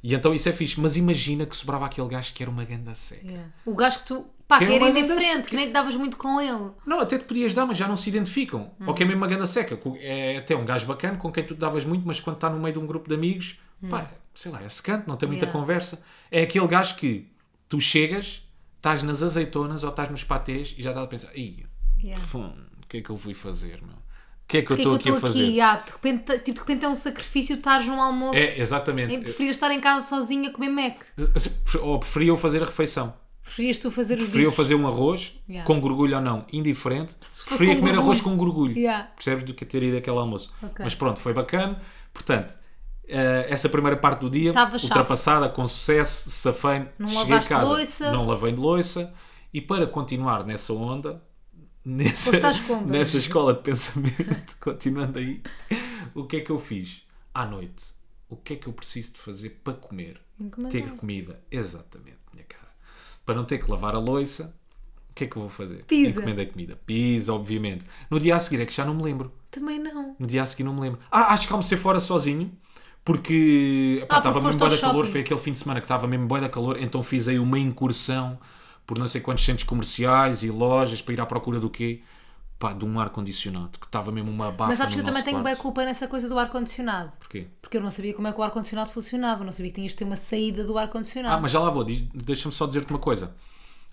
A: E então isso é fixe, mas imagina que sobrava aquele gajo que era uma ganda seca.
B: Yeah. O gajo que tu. Pá,
A: Que
B: que,
A: é
B: era
A: uma grande
B: indiferente,
A: se-
B: que nem te davas muito com ele.
A: Não, até te podias dar, mas já não se identificam. Ou que é mesmo uma ganda seca. co- É até um gajo bacana com quem tu te davas muito, mas quando está no meio de um grupo de amigos, pá, sei lá, é secante, não tem muita
B: Yeah.
A: conversa. É aquele gajo que tu chegas, estás nas azeitonas ou estás nos patês e já estás a pensar, ih,
B: Yeah.
A: pum, o que é que eu fui fazer, meu? O que é que eu
B: Porquê
A: estou aqui a fazer?
B: Ah, de, repente, tipo, de repente é um sacrifício estares num almoço.
A: É,
B: Em-
A: exatamente.
B: Preferias estar em casa sozinha a comer Mac.
A: Ou preferia eu fazer a refeição.
B: Preferias tu fazer os
A: Preferia eu
B: bifes.
A: fazer um arroz,
B: Yeah.
A: com gorgulho ou não, indiferente.
B: fosse
A: Preferia
B: com
A: comer
B: gorgulho.
A: arroz com gorgulho.
B: Yeah.
A: Percebes do que ter ido aquele almoço.
B: Ok.
A: Mas pronto, foi bacana. Portanto, eh, essa primeira parte do dia,
B: Tava chave.
A: ultrapassada, com sucesso, safei,
B: Não
A: cheguei a
B: lavaste
A: casa,
B: louça.
A: não lavei louça. E para continuar nessa onda, nessa,
B: Foste às compras.
A: nessa escola de pensamento, continuando aí, o que é que eu fiz? À noite, o que é que eu preciso de fazer para comer?
B: Encomendar.
A: Ter comida, exatamente, minha cara. Para não ter que lavar a louça, o que é que eu vou fazer?
B: Pizza.
A: Encomenda comida. Pizza, obviamente. No dia a seguir é que já não me lembro.
B: Também não.
A: No dia a seguir não me lembro. Ah, acho que almocei fora sozinho. Porque epá,
B: Ah,
A: estava
B: porque
A: mesmo
B: foste
A: boa
B: ao
A: da calor,
B: shopping.
A: foi aquele fim de semana que estava mesmo boa da calor, então fiz aí uma incursão por não sei quantos centros comerciais e lojas para ir à procura do quê? Pá, de um ar-condicionado, que estava mesmo uma bafa
B: Mas sabes que eu
A: no
B: também
A: nosso
B: tenho bem
A: quarto.
B: culpa nessa coisa do ar-condicionado.
A: Porquê?
B: Porque eu não sabia como é que o ar-condicionado funcionava. Eu não sabia que tinhas de ter uma saída do
A: Ah,
B: ar-condicionado.
A: mas já lá vou, Diz- deixa-me só dizer-te uma coisa.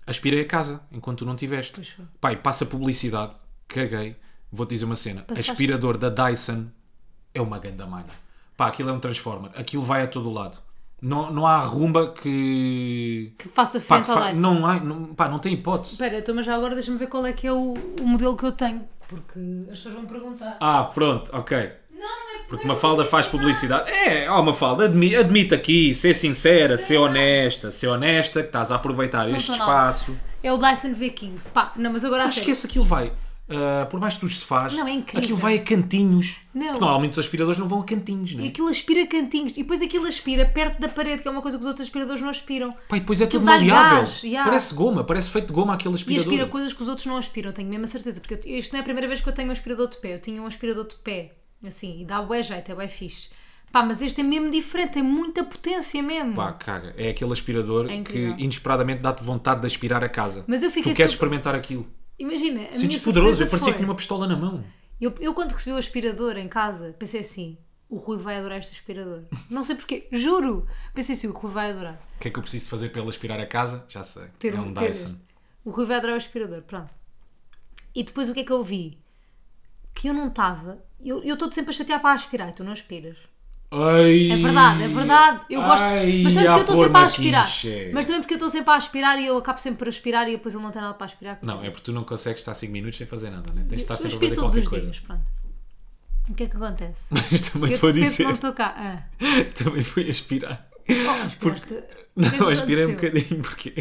A: Aspirei a casa enquanto tu não tiveste.
B: foi.
A: Pai, passa publicidade, caguei, Vou-te dizer uma cena.
B: Passaste-
A: Aspirador da Dyson é uma ganda malha. Pá, aquilo é um transformer. Aquilo vai a todo o lado. Não, não há rumba que...
B: Que faça
A: Pá, que
B: frente ao
A: fa-
B: Dyson.
A: não, há, não, pá, não tem hipótese.
B: Espera, então, mas já agora deixa-me ver qual é que é o, o modelo que eu tenho. Porque as pessoas vão perguntar.
A: Ah, pronto, ok.
B: Não, não é
A: Porque uma falda faz publicidade. É, ó, uma falda, admi- admite aqui, ser sincera, ser honesta, ser honesta, que estás a aproveitar este
B: estou nada.
A: espaço.
B: É o Dyson V15. Pá, não, mas agora a
A: Não
B: sério.
A: esqueça, aquilo vai ah, por baixo dos sofás.
B: Não, é incrível.
A: Aquilo vai a cantinhos.
B: Não.
A: Porque normalmente os aspiradores não vão a cantinhos,
B: E
A: né?
B: aquilo aspira cantinhos. E depois aquilo aspira perto da parede, que é uma coisa que os outros aspiradores não aspiram.
A: Pá, e depois é tudo
B: dá
A: maleável.
B: gás, yeah.
A: Parece goma, parece feito de goma aquele
B: E
A: aspirador.
B: aspira coisas que os outros não aspiram, tenho mesmo a certeza. Porque eu- isto não é a primeira vez que eu tenho um aspirador de pé. Eu tinha um aspirador de pé, assim, e dá bué jeito, é bué fixe. Pá, mas este é mesmo diferente, tem muita potência mesmo.
A: Pá, caga. É aquele aspirador
B: É
A: que
B: incrível.
A: inesperadamente dá-te vontade de aspirar a casa.
B: Mas eu fiquei
A: Tu queres
B: super-
A: experimentar aquilo.
B: Imagina, a minha
A: Sentes poderoso,
B: surpresa
A: eu parecia
B: foi-
A: que tinha uma pistola na mão.
B: Eu, eu quando recebi o aspirador em casa, pensei assim, o Rui vai adorar este aspirador. Não sei porquê, juro. Pensei assim, o Rui vai adorar.
A: O que é que eu preciso de fazer para ele aspirar a casa? Já sei.
B: Ter
A: é
B: um-
A: um
B: ter
A: Dyson.
B: este. O Rui vai adorar o aspirador, pronto. E depois o que é que eu vi? Que eu não estava... Eu eu estou-te sempre a chatear para aspirar e tu não aspiras.
A: Ai,
B: É verdade, é verdade. Eu gosto.
A: ai,
B: mas também porque eu estou sempre a
A: pôr-me
B: aspirar.
A: aqui, chega.
B: Mas também porque eu estou sempre a aspirar e eu acabo sempre por aspirar e depois ele não tem nada para aspirar.
A: Não, é porque tu não consegues estar 5 minutos sem fazer nada, né? Tens de estar
B: eu
A: sempre a fazer
B: aspiro todos
A: qualquer
B: os
A: coisa.
B: dias, pronto. O que é que acontece?
A: Mas também
B: eu
A: estou a
B: de repente
A: dizer,
B: não estou cá. Ah.
A: também fui aspirar.
B: Oh, aspiraste. O que é que
A: Não, aspirei um
B: aconteceu?
A: bocadinho porque,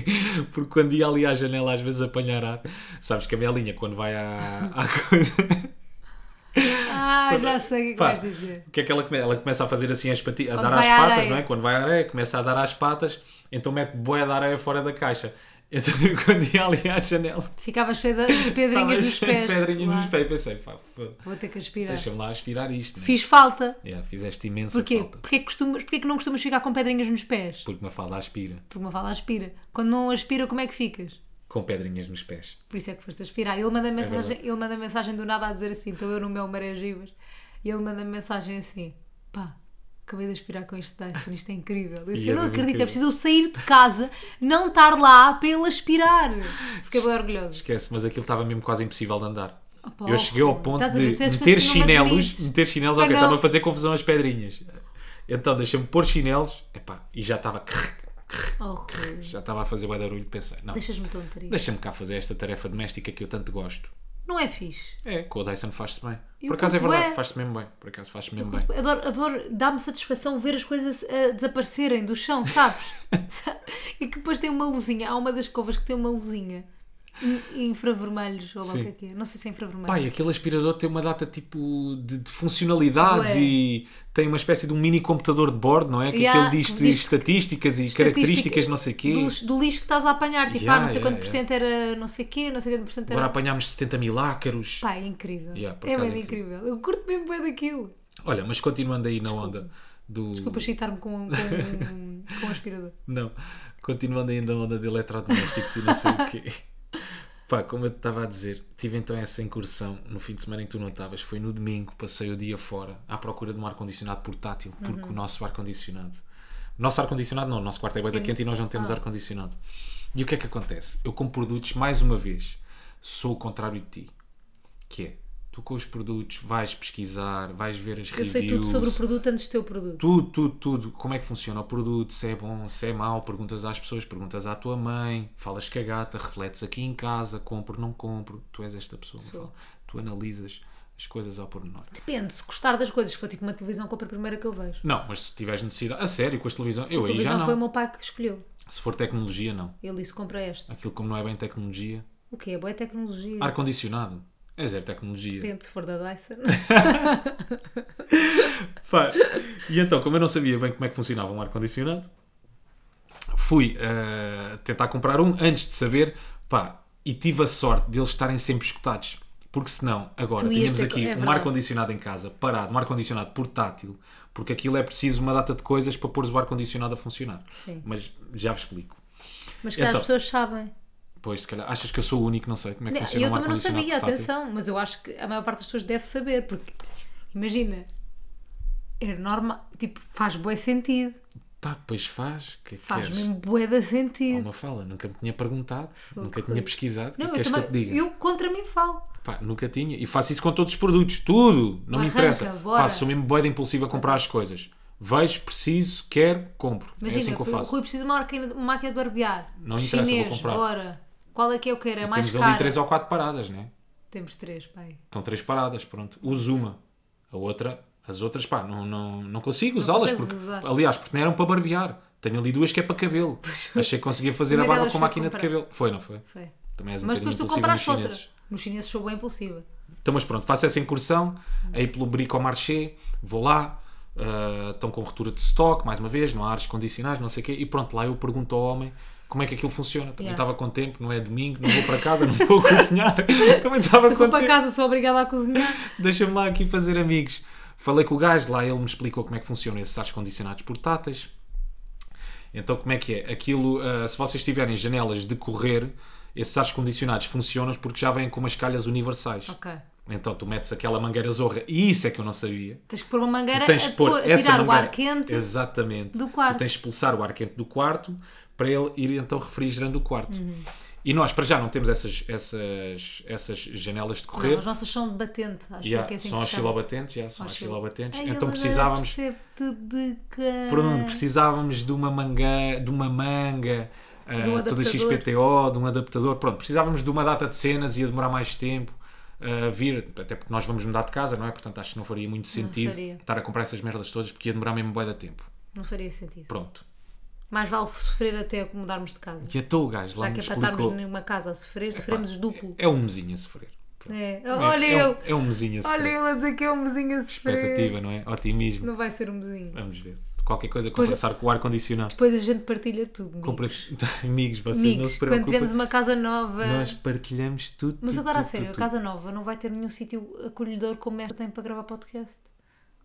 A: porque quando ia ali à janela às vezes apanhar ar, sabes que a Belinha quando vai à, à coisa,
B: Ah, já sei o que é que
A: Pá.
B: vais dizer.
A: o que é que ela começa? Ela começa a fazer assim as pati- a
B: Quando
A: dar às
B: vai à
A: patas,
B: areia.
A: não é? Quando vai à areia, começa a dar às patas, então mete boia de areia fora da caixa. Então eu, quando ia ali à janela,
B: Ficava cheio de- de
A: estava
B: pedrinhas nos
A: cheio de
B: pés.
A: pedrinhas
B: claro.
A: nos pés, pensei, pá, foda.
B: Vou ter que aspirar.
A: Deixa-me lá aspirar isto. né?
B: Fiz falta.
A: Yeah, fizeste imensa
B: Porquê?
A: falta.
B: Porquê que, costumas, porquê que não costumas ficar com pedrinhas nos pés?
A: Porque uma falda aspira.
B: Porque uma fala aspira. Quando não aspira, como é que ficas?
A: Com pedrinhas nos pés.
B: Por isso é que foste aspirar. Ele manda mensagem,
A: verdade.
B: ele manda mensagem do nada a dizer assim: estou eu no meu maré Givas. E ele manda mensagem assim: pá, acabei de aspirar com este Dyson, isto é incrível. Eu, disse,
A: E é
B: eu não
A: mesmo
B: acredito, é
A: incrível.
B: preciso eu sair de casa, não estar lá para ele aspirar. Fiquei bem orgulhosa.
A: Esquece, mas aquilo estava mesmo quase impossível de andar.
B: Oh, pá,
A: eu cheguei ao
B: Rui,
A: ponto
B: estás a ver,
A: de
B: tu és
A: meter
B: fascinante,
A: chinelos,
B: bonito.
A: meter chinelos,
B: Ah,
A: ok,
B: não.
A: estava a fazer confusão às pedrinhas. Então deixa-me pôr chinelos, epá, e já estava
B: Oh, Rui,
A: já estava a fazer bem barulho, pensei, não,
B: deixas-me tão triste.
A: deixa-me cá fazer esta tarefa doméstica que eu tanto gosto.
B: Não é fixe.
A: É, com o Dyson faz-se bem.
B: Eu
A: por acaso é
B: curto
A: verdade,
B: bué.
A: faz-se mesmo bem. Por acaso faz-se mesmo bem.
B: Adoro, adoro dá-me satisfação ver as coisas a desaparecerem do chão, sabes? e que depois tem uma luzinha. Há uma das covas que tem uma luzinha. In- Infravermelhos, ou lá o
A: Sim.
B: que é que é. Não sei se é infravermelho.
A: Pai, aquele aspirador tem uma data tipo de, de funcionalidades
B: Ué.
A: e tem uma espécie de um mini computador de bordo, não é? Que
B: Yeah,
A: aquele diz,
B: diz-
A: estatísticas e características, não sei o quê.
B: Do, do lixo que estás a apanhar, tipo,
A: Yeah,
B: ah, não sei
A: yeah,
B: quanto por cento era não sei quê, não sei quanto por cento
A: Agora
B: era.
A: apanhámos 70 mil ácaros.
B: Pá, é incrível.
A: Yeah, por
B: é
A: acaso
B: mesmo
A: é incrível.
B: incrível. Eu curto mesmo bem daquilo.
A: Olha, mas continuando aí na onda do.
B: Desculpa chitar-me com, com, com um aspirador.
A: Não, continuando ainda na onda de eletrodomésticos e não sei o quê. Pá, como eu te estava a dizer, tive então essa incursão no fim de semana em que tu não estavas. Foi no domingo, passei o dia fora à procura de um ar-condicionado portátil, porque
B: Uhum.
A: o nosso ar-condicionado. Nosso ar-condicionado não, o nosso quarto é bué da quente e nós não
B: Ah.
A: temos ar-condicionado. E o que é que acontece? Eu com produtos, mais uma vez, sou o contrário de ti. Que é, tu com os produtos vais pesquisar, vais ver as
B: Eu
A: reviews.
B: sei tudo sobre o produto antes do teu produto.
A: Tudo, tudo, tudo. Como é que funciona o produto, se é bom, se é mau, perguntas às pessoas, perguntas à tua mãe, falas com a gata, refletes aqui em casa, compro, não compro. Tu és esta pessoa, Mafalda. Tu analisas as coisas ao pormenor.
B: Depende, se gostar das coisas, se for tipo uma televisão, compra a primeira que eu vejo.
A: Não, mas se tiveres necessidade, a sério, com as televisão, eu
B: A
A: aí já
B: televisão
A: não.
B: foi o meu pai que escolheu.
A: Se for tecnologia, não.
B: Ele disse: compra esta.
A: Aquilo como não é bem tecnologia.
B: O que é? Boa tecnologia.
A: Ar-condicionado. É zero tecnologia.
B: Depende se for da Dyson.
A: Pá, E então, como eu não sabia bem como é que funcionava um ar-condicionado, fui ah, tentar comprar um antes de saber, pá, e tive a sorte deles estarem sempre escutados. Porque senão, agora,
B: Tu ias
A: tínhamos
B: ter-
A: aqui
B: é
A: um
B: verdade.
A: ar-condicionado em casa, parado, um ar-condicionado portátil, porque aquilo é preciso uma data de coisas para pôres o ar-condicionado a funcionar.
B: Sim.
A: Mas já vos explico.
B: Mas que as
A: Então.
B: pessoas sabem.
A: Pois, se calhar, achas que eu sou o único, não sei como é que
B: Não,
A: funciona
B: eu
A: um
B: também não
A: ar-condicionado
B: sabia,
A: portátil.
B: atenção, mas eu acho que a maior parte das pessoas deve saber, porque imagina, é normal, tipo, faz bom sentido.
A: Pá, pois faz. Que é que
B: Faz
A: queres?
B: mesmo bué de sentido.
A: Uma fala, nunca me tinha perguntado, nunca
B: que-
A: tinha pesquisado. O que é
B: Não,
A: que
B: eu,
A: queres que eu te
B: também,
A: diga?
B: eu contra mim falo.
A: Pá, nunca tinha. E faço isso com todos os produtos, tudo. Não me
B: Arranca,
A: interessa.
B: bora.
A: Pá, sou mesmo boeda impulsiva a comprar as coisas. Vejo, preciso, quero, compro. é assim
B: Imagina,
A: que eu
B: o
A: faço.
B: Rui precisa de uma máquina, uma máquina de barbear.
A: Não interessa, vou
B: Chinês,
A: comprar.
B: bora. Qual é que eu quero? É mais
A: Temos
B: caro.
A: ali três ou quatro paradas, né?
B: Temos três, pai.
A: Estão três paradas, pronto. Uso uma. A outra, as outras, pá, não, não, não consigo usá-las.
B: consegues
A: Porque,
B: usar.
A: aliás, porque não eram para barbear. Tenho ali duas que é para cabelo. Achei que conseguia fazer a
B: Primeira
A: barba
B: delas
A: com
B: foi
A: máquina de
B: comprar.
A: cabelo. Foi, não foi?
B: Foi.
A: Também és um
B: Mas
A: bocadinho
B: depois tu
A: impulsiva nos
B: compraste outra.
A: chineses.
B: Nos chineses sou bem impulsiva.
A: Então, mas pronto, faço essa incursão, aí pelo Bricomarché, vou lá, ah, estão com retura de stock, mais uma vez, não há ares condicionais, não sei o quê, e pronto, lá eu pergunto ao homem como é que aquilo funciona. Também
B: Yeah.
A: estava com tempo, não é domingo, não vou para casa, não vou cozinhar. Também estava
B: Se eu for
A: com
B: para
A: tempo,
B: casa sou obrigada a cozinhar.
A: deixa-me lá aqui fazer amigos. Falei com o gajo, lá ele me explicou como é que funcionam esses ares condicionados portáteis. Então, como é que é? Aquilo, ah, se vocês tiverem janelas de correr, esses ares condicionados funcionam porque já vêm com umas calhas universais.
B: Ok.
A: Então tu metes aquela mangueira zorra e isso é que eu não sabia.
B: Tens que pôr uma mangueira
A: Tu tens
B: a
A: de pôr
B: pôr- a
A: essa
B: tirar o
A: mangueira.
B: ar quente.
A: Exatamente.
B: do quarto.
A: Tu tens de expulsar o ar quente do quarto para ele ir então refrigerando o quarto.
B: Uhum.
A: E nós para já não temos essas, essas, essas janelas de correr.
B: Não, as nossas são de batente. Acho
A: Já,
B: que é assim
A: são
B: que se chama.
A: oscilobatentes, já, são
B: Oscil-
A: oscilobatentes.
B: Ai, eu
A: então
B: adoro,
A: precisávamos
B: percebo tudo de cara.
A: Pronto, precisávamos de uma manga, de uma manga,
B: um
A: ah, toda
B: adaptador.
A: XPTO, de um adaptador, pronto, precisávamos de uma data de cenas, ia demorar mais tempo a vir, até porque nós vamos mudar de casa, não é? Portanto, acho que não faria muito sentido
B: faria.
A: estar a comprar essas merdas todas porque ia demorar mesmo bué da tempo.
B: Não faria sentido.
A: Pronto.
B: Mais vale sofrer até mudarmos de casa.
A: E até o gajo lá
B: Já
A: me
B: que é para estarmos
A: explicou.
B: numa casa a sofrer, sofremos duplo.
A: É um mesinho a sofrer. Pronto.
B: É.
A: É-
B: Olha
A: é,
B: eu,
A: um- É um mesinho a sofrer.
B: olha ele a dizer que é um vizinho a sofrer.
A: Expectativa, É. não é? Otimismo.
B: Não vai ser um vizinho.
A: Vamos ver. Qualquer coisa, compensar com o ar-condicionado.
B: Depois a gente partilha tudo.
A: Compre-
B: Amigos,
A: Amigos, vocês não
B: amigos
A: se é
B: quando
A: preocupem.
B: tivermos uma casa nova.
A: Nós partilhamos tudo.
B: Mas
A: tudo,
B: agora a
A: tudo,
B: sério, a
A: tudo,
B: casa nova não vai ter nenhum sítio acolhedor como esta tem para gravar podcast.
A: tudo.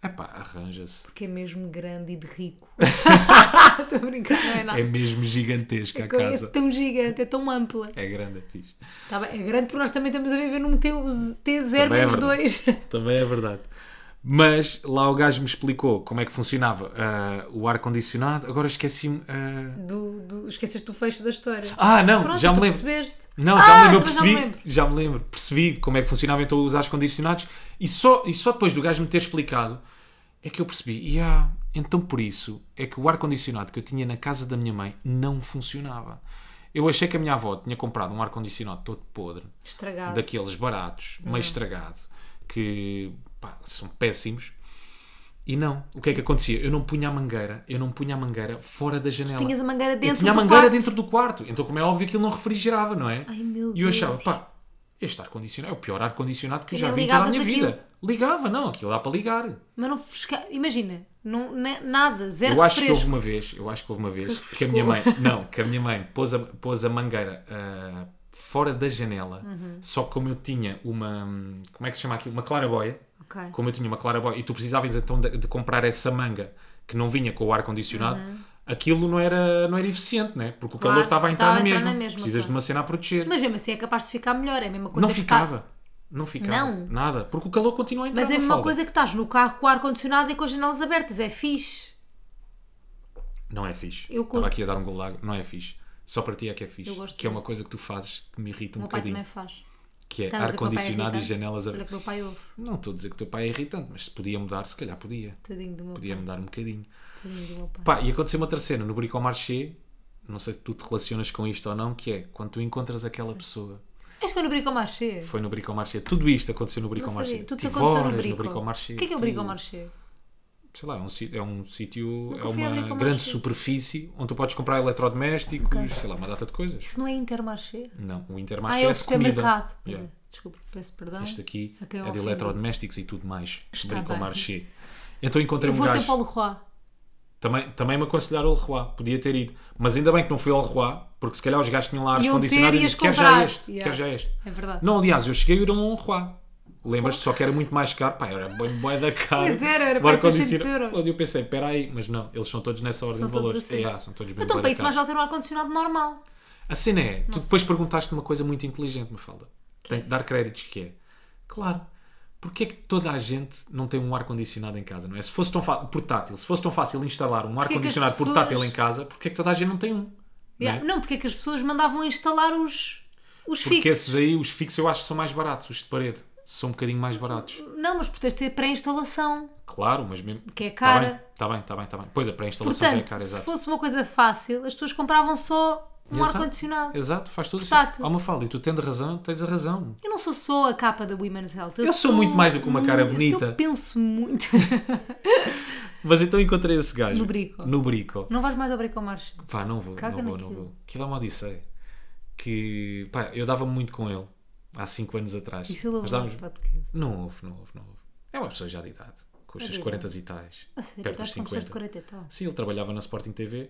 A: Epá, arranja-se.
B: Porque é mesmo grande e de rico. Estou a brincar, não é nada.
A: É mesmo gigantesca a
B: Co- É
A: casa.
B: tão gigante, é tão ampla.
A: É grande, é fixe.
B: Tá bem, é grande porque nós também estamos a viver num T0
A: Também é
B: T0-2.
A: Também é verdade. Mas lá o gajo me explicou como é que funcionava ah, o ar-condicionado. Agora esqueci-me. ah,
B: do, do, esqueceste do fecho da história.
A: Ah, não,
B: Pronto, então
A: já me
B: tu
A: lembro.
B: percebeste.
A: Não, já
B: Ah,
A: me lembro, eu
B: também já me
A: percebi.
B: lembro.
A: Já me lembro, percebi como é que funcionava então os ar-condicionados. E só, e só depois do gajo me ter explicado é que eu percebi. E ah, então por isso é que o ar-condicionado que eu tinha na casa da minha mãe não funcionava. Eu achei que a minha avó tinha comprado um ar-condicionado todo podre.
B: Estragado.
A: daqueles baratos,
B: Uhum.
A: meio estragado, que pá, são péssimos. E não, o que é que acontecia? Eu não punha a mangueira, eu não punha a mangueira fora da janela.
B: Tinhas a mangueira
A: eu
B: dentro
A: tinha a
B: do
A: mangueira
B: quarto.
A: dentro do quarto. Então, como é óbvio, aquilo não refrigerava, não é?
B: Ai, meu
A: e eu
B: Deus.
A: achava, pá, este ar-condicionado é o pior ar-condicionado que eu
B: E
A: já
B: nem
A: vi em toda a minha
B: ligavas
A: vida. Ligava, não, aquilo dá para ligar.
B: Mas não fresca... Imagina, não, ne- nada, zero
A: Eu acho que houve
B: refresco.
A: uma vez, eu acho que houve uma vez
B: Que
A: que a minha mãe, não, que a minha mãe pôs a, pôs a mangueira ah, fora da janela,
B: Uhum.
A: só que como eu tinha uma, hum, como é que se chama aquilo? Uma claraboia.
B: Ok.
A: Como eu tinha uma claraboia e tu precisavas então de, de comprar essa manga que não vinha com o ar-condicionado, aquilo não era, não era eficiente, né? Porque o
B: Uhum. Claro,
A: calor estava a entrar
B: estava
A: na
B: a entrar
A: mesma.
B: na mesma,
A: Precisas
B: claro.
A: de uma cena a proteger.
B: Mas mesmo assim é capaz de ficar melhor. É a mesma coisa
A: não
B: que
A: ficava.
B: tá-
A: Não ficava.
B: Não.
A: Nada. Porque o calor continua a entrar
B: Mas é a
A: na
B: mesma
A: folga.
B: coisa que estás no carro com o ar-condicionado e com as janelas abertas. É fixe.
A: Não é fixe.
B: Eu curto.
A: Estava aqui a dar um gol de água. Não é fixe. Só para ti é que é fixe.
B: Eu gosto
A: que é
B: de-
A: uma coisa que tu fazes que me irrita
B: O
A: um
B: meu pai também
A: bocadinho.
B: faz.
A: Que é
B: Estás a dizer que o meu pai é
A: ar-condicionado e
B: irritante?
A: janelas
B: Olha
A: abertas.
B: que o meu pai ouve.
A: Não estou a dizer que o teu pai é irritante, mas se podia mudar, se calhar podia.
B: Tadinho do meu
A: Podia
B: pai.
A: mudar um bocadinho.
B: Tadinho do meu pai.
A: Pá, e aconteceu uma outra cena no Bricomarché. Não sei se tu te relacionas com isto ou não, que é quando tu encontras aquela pessoa.
B: Este foi no Bricomarché.
A: Foi no Bricomarché. Tudo isto aconteceu no
B: Não
A: Bricomarché.
B: sabia. Tudo isso
A: Tive
B: aconteceu no
A: horas
B: Brico.
A: Bricomarché.
B: O que é que é o
A: Tudo.
B: Bricomarché?
A: Sei lá, é um sítio, é, um sítio, é
B: fui a
A: uma
B: Bricomarché.
A: grande superfície onde tu podes comprar eletrodomésticos, sei lá, uma data de coisas.
B: Isso não é Intermarché?
A: Não, o
B: Ah,
A: Intermarché
B: é
A: é
B: o
A: de comida.
B: supermercado. Pois
A: Yeah.
B: é. Desculpa, peço perdão.
A: Este aqui
B: A quem eu
A: é de
B: ofendi.
A: eletrodomésticos e tudo mais.
B: Está
A: Bricomarché. Então encontrei
B: Eu
A: um
B: vou sempre ao
A: gajo.
B: Leroy.
A: Também, também me aconselharam ao Leroy. Podia ter ido. Mas ainda bem que não fui ao Leroy, porque se calhar os gajos tinham lá
B: Iam
A: ar-condicionado
B: ter
A: e
B: e
A: disse,
B: as
A: quer já
B: comprar."
A: este,
B: Yeah.
A: quer já este.
B: É verdade.
A: Não, aliás, eu cheguei a ir a um Leroy. Lembras-te, só que era muito mais caro. Pá, era bem boi da cara.
B: Pois era, era
A: O
B: para
A: ar-condicionado-
B: 600 euros.
A: Onde eu pensei, peraí, mas não, eles são todos nessa ordem
B: São
A: de
B: todos
A: valores. É,
B: assim.
A: ah, são todos bem
B: Então,
A: bué
B: para
A: da
B: isso, mais
A: caros.
B: vale ter um ar-condicionado normal.
A: A cena é, tu depois perguntaste uma coisa muito inteligente, me fala. Tenho que dar créditos que é. Claro, Porquê é que toda a gente não tem um ar-condicionado em casa, não é? Se fosse tão fa- portátil, se fosse tão fácil instalar um
B: que as
A: ar-condicionado
B: pessoas-
A: portátil em casa, porquê é que toda a gente não tem um?
B: Yeah.
A: Não é?
B: Não, porque é que as pessoas mandavam instalar os, os
A: Porque
B: fixos.
A: esses aí, os fixos, eu acho que são mais baratos, os de parede. São um bocadinho mais baratos.
B: Não, mas por teres de ter pré-instalação.
A: Claro, mas mesmo.
B: Que é
A: Tá
B: cara.
A: bem, Está bem, está bem, está bem. Pois é, para a instalação já é
B: Portanto,
A: cara,
B: se
A: exato.
B: fosse uma coisa fácil, as pessoas compravam só um
A: Exato,
B: ar-condicionado.
A: Exato, faz tudo assim.
B: Portátil.
A: Há uma fala, e tu tendo razão, tens a razão.
B: Eu não sou só a capa da Women's Health.
A: Eu sou muito mais do que uma cara
B: eu sou-
A: bonita.
B: Eu penso muito.
A: Mas então encontrei esse gajo.
B: No Brico.
A: No Brico.
B: não vais mais ao Bricomarcha.
A: Pá, não vou,
B: Caga
A: não vou, não
B: naquilo.
A: vou. Aquilo é uma odisseia. Que, pá, eu dava muito com ele. Há 5 anos atrás.
B: Isso ele ouve
A: Mas
B: o nosso
A: dávamos-
B: podcast.
A: Não houve, não houve, não houve. É uma pessoa já de idade. Com os seus
B: É de Ah,
A: 40 e tais.
B: A sério,
A: perto dos
B: estás com pessoas de
A: 50.
B: 40 e tal.
A: Sim, ele trabalhava na Sporting TV.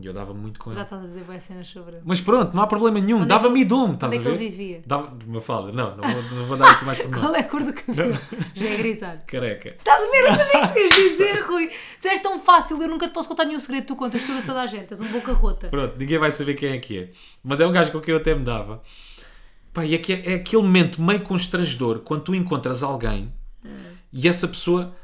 A: E eu dava muito com ele.
B: Ah. Já estás a dizer boas cenas sobre ele.
A: Mas pronto, não há problema nenhum.
B: é
A: Dava-me
B: que ele-
A: idome, estás
B: onde é que
A: a ver?
B: ele vivia?
A: Dava... Uma fala. Não, não vou, não vou dar aqui mais pormenor.
B: Qual é a cor do cabelo? Já é grisalho.
A: Careca.
B: Estás a ver? Eu sabia que tu ias dizer, Rui. Tu és tão fácil, eu nunca te posso contar nenhum segredo. Tu contas tudo a toda a gente. És um boca rota.
A: Pronto, ninguém vai saber quem é que é. Mas é um gajo com quem eu até me dava. Pá, e é, que é, é aquele momento meio constrangedor quando tu encontras alguém e essa pessoa,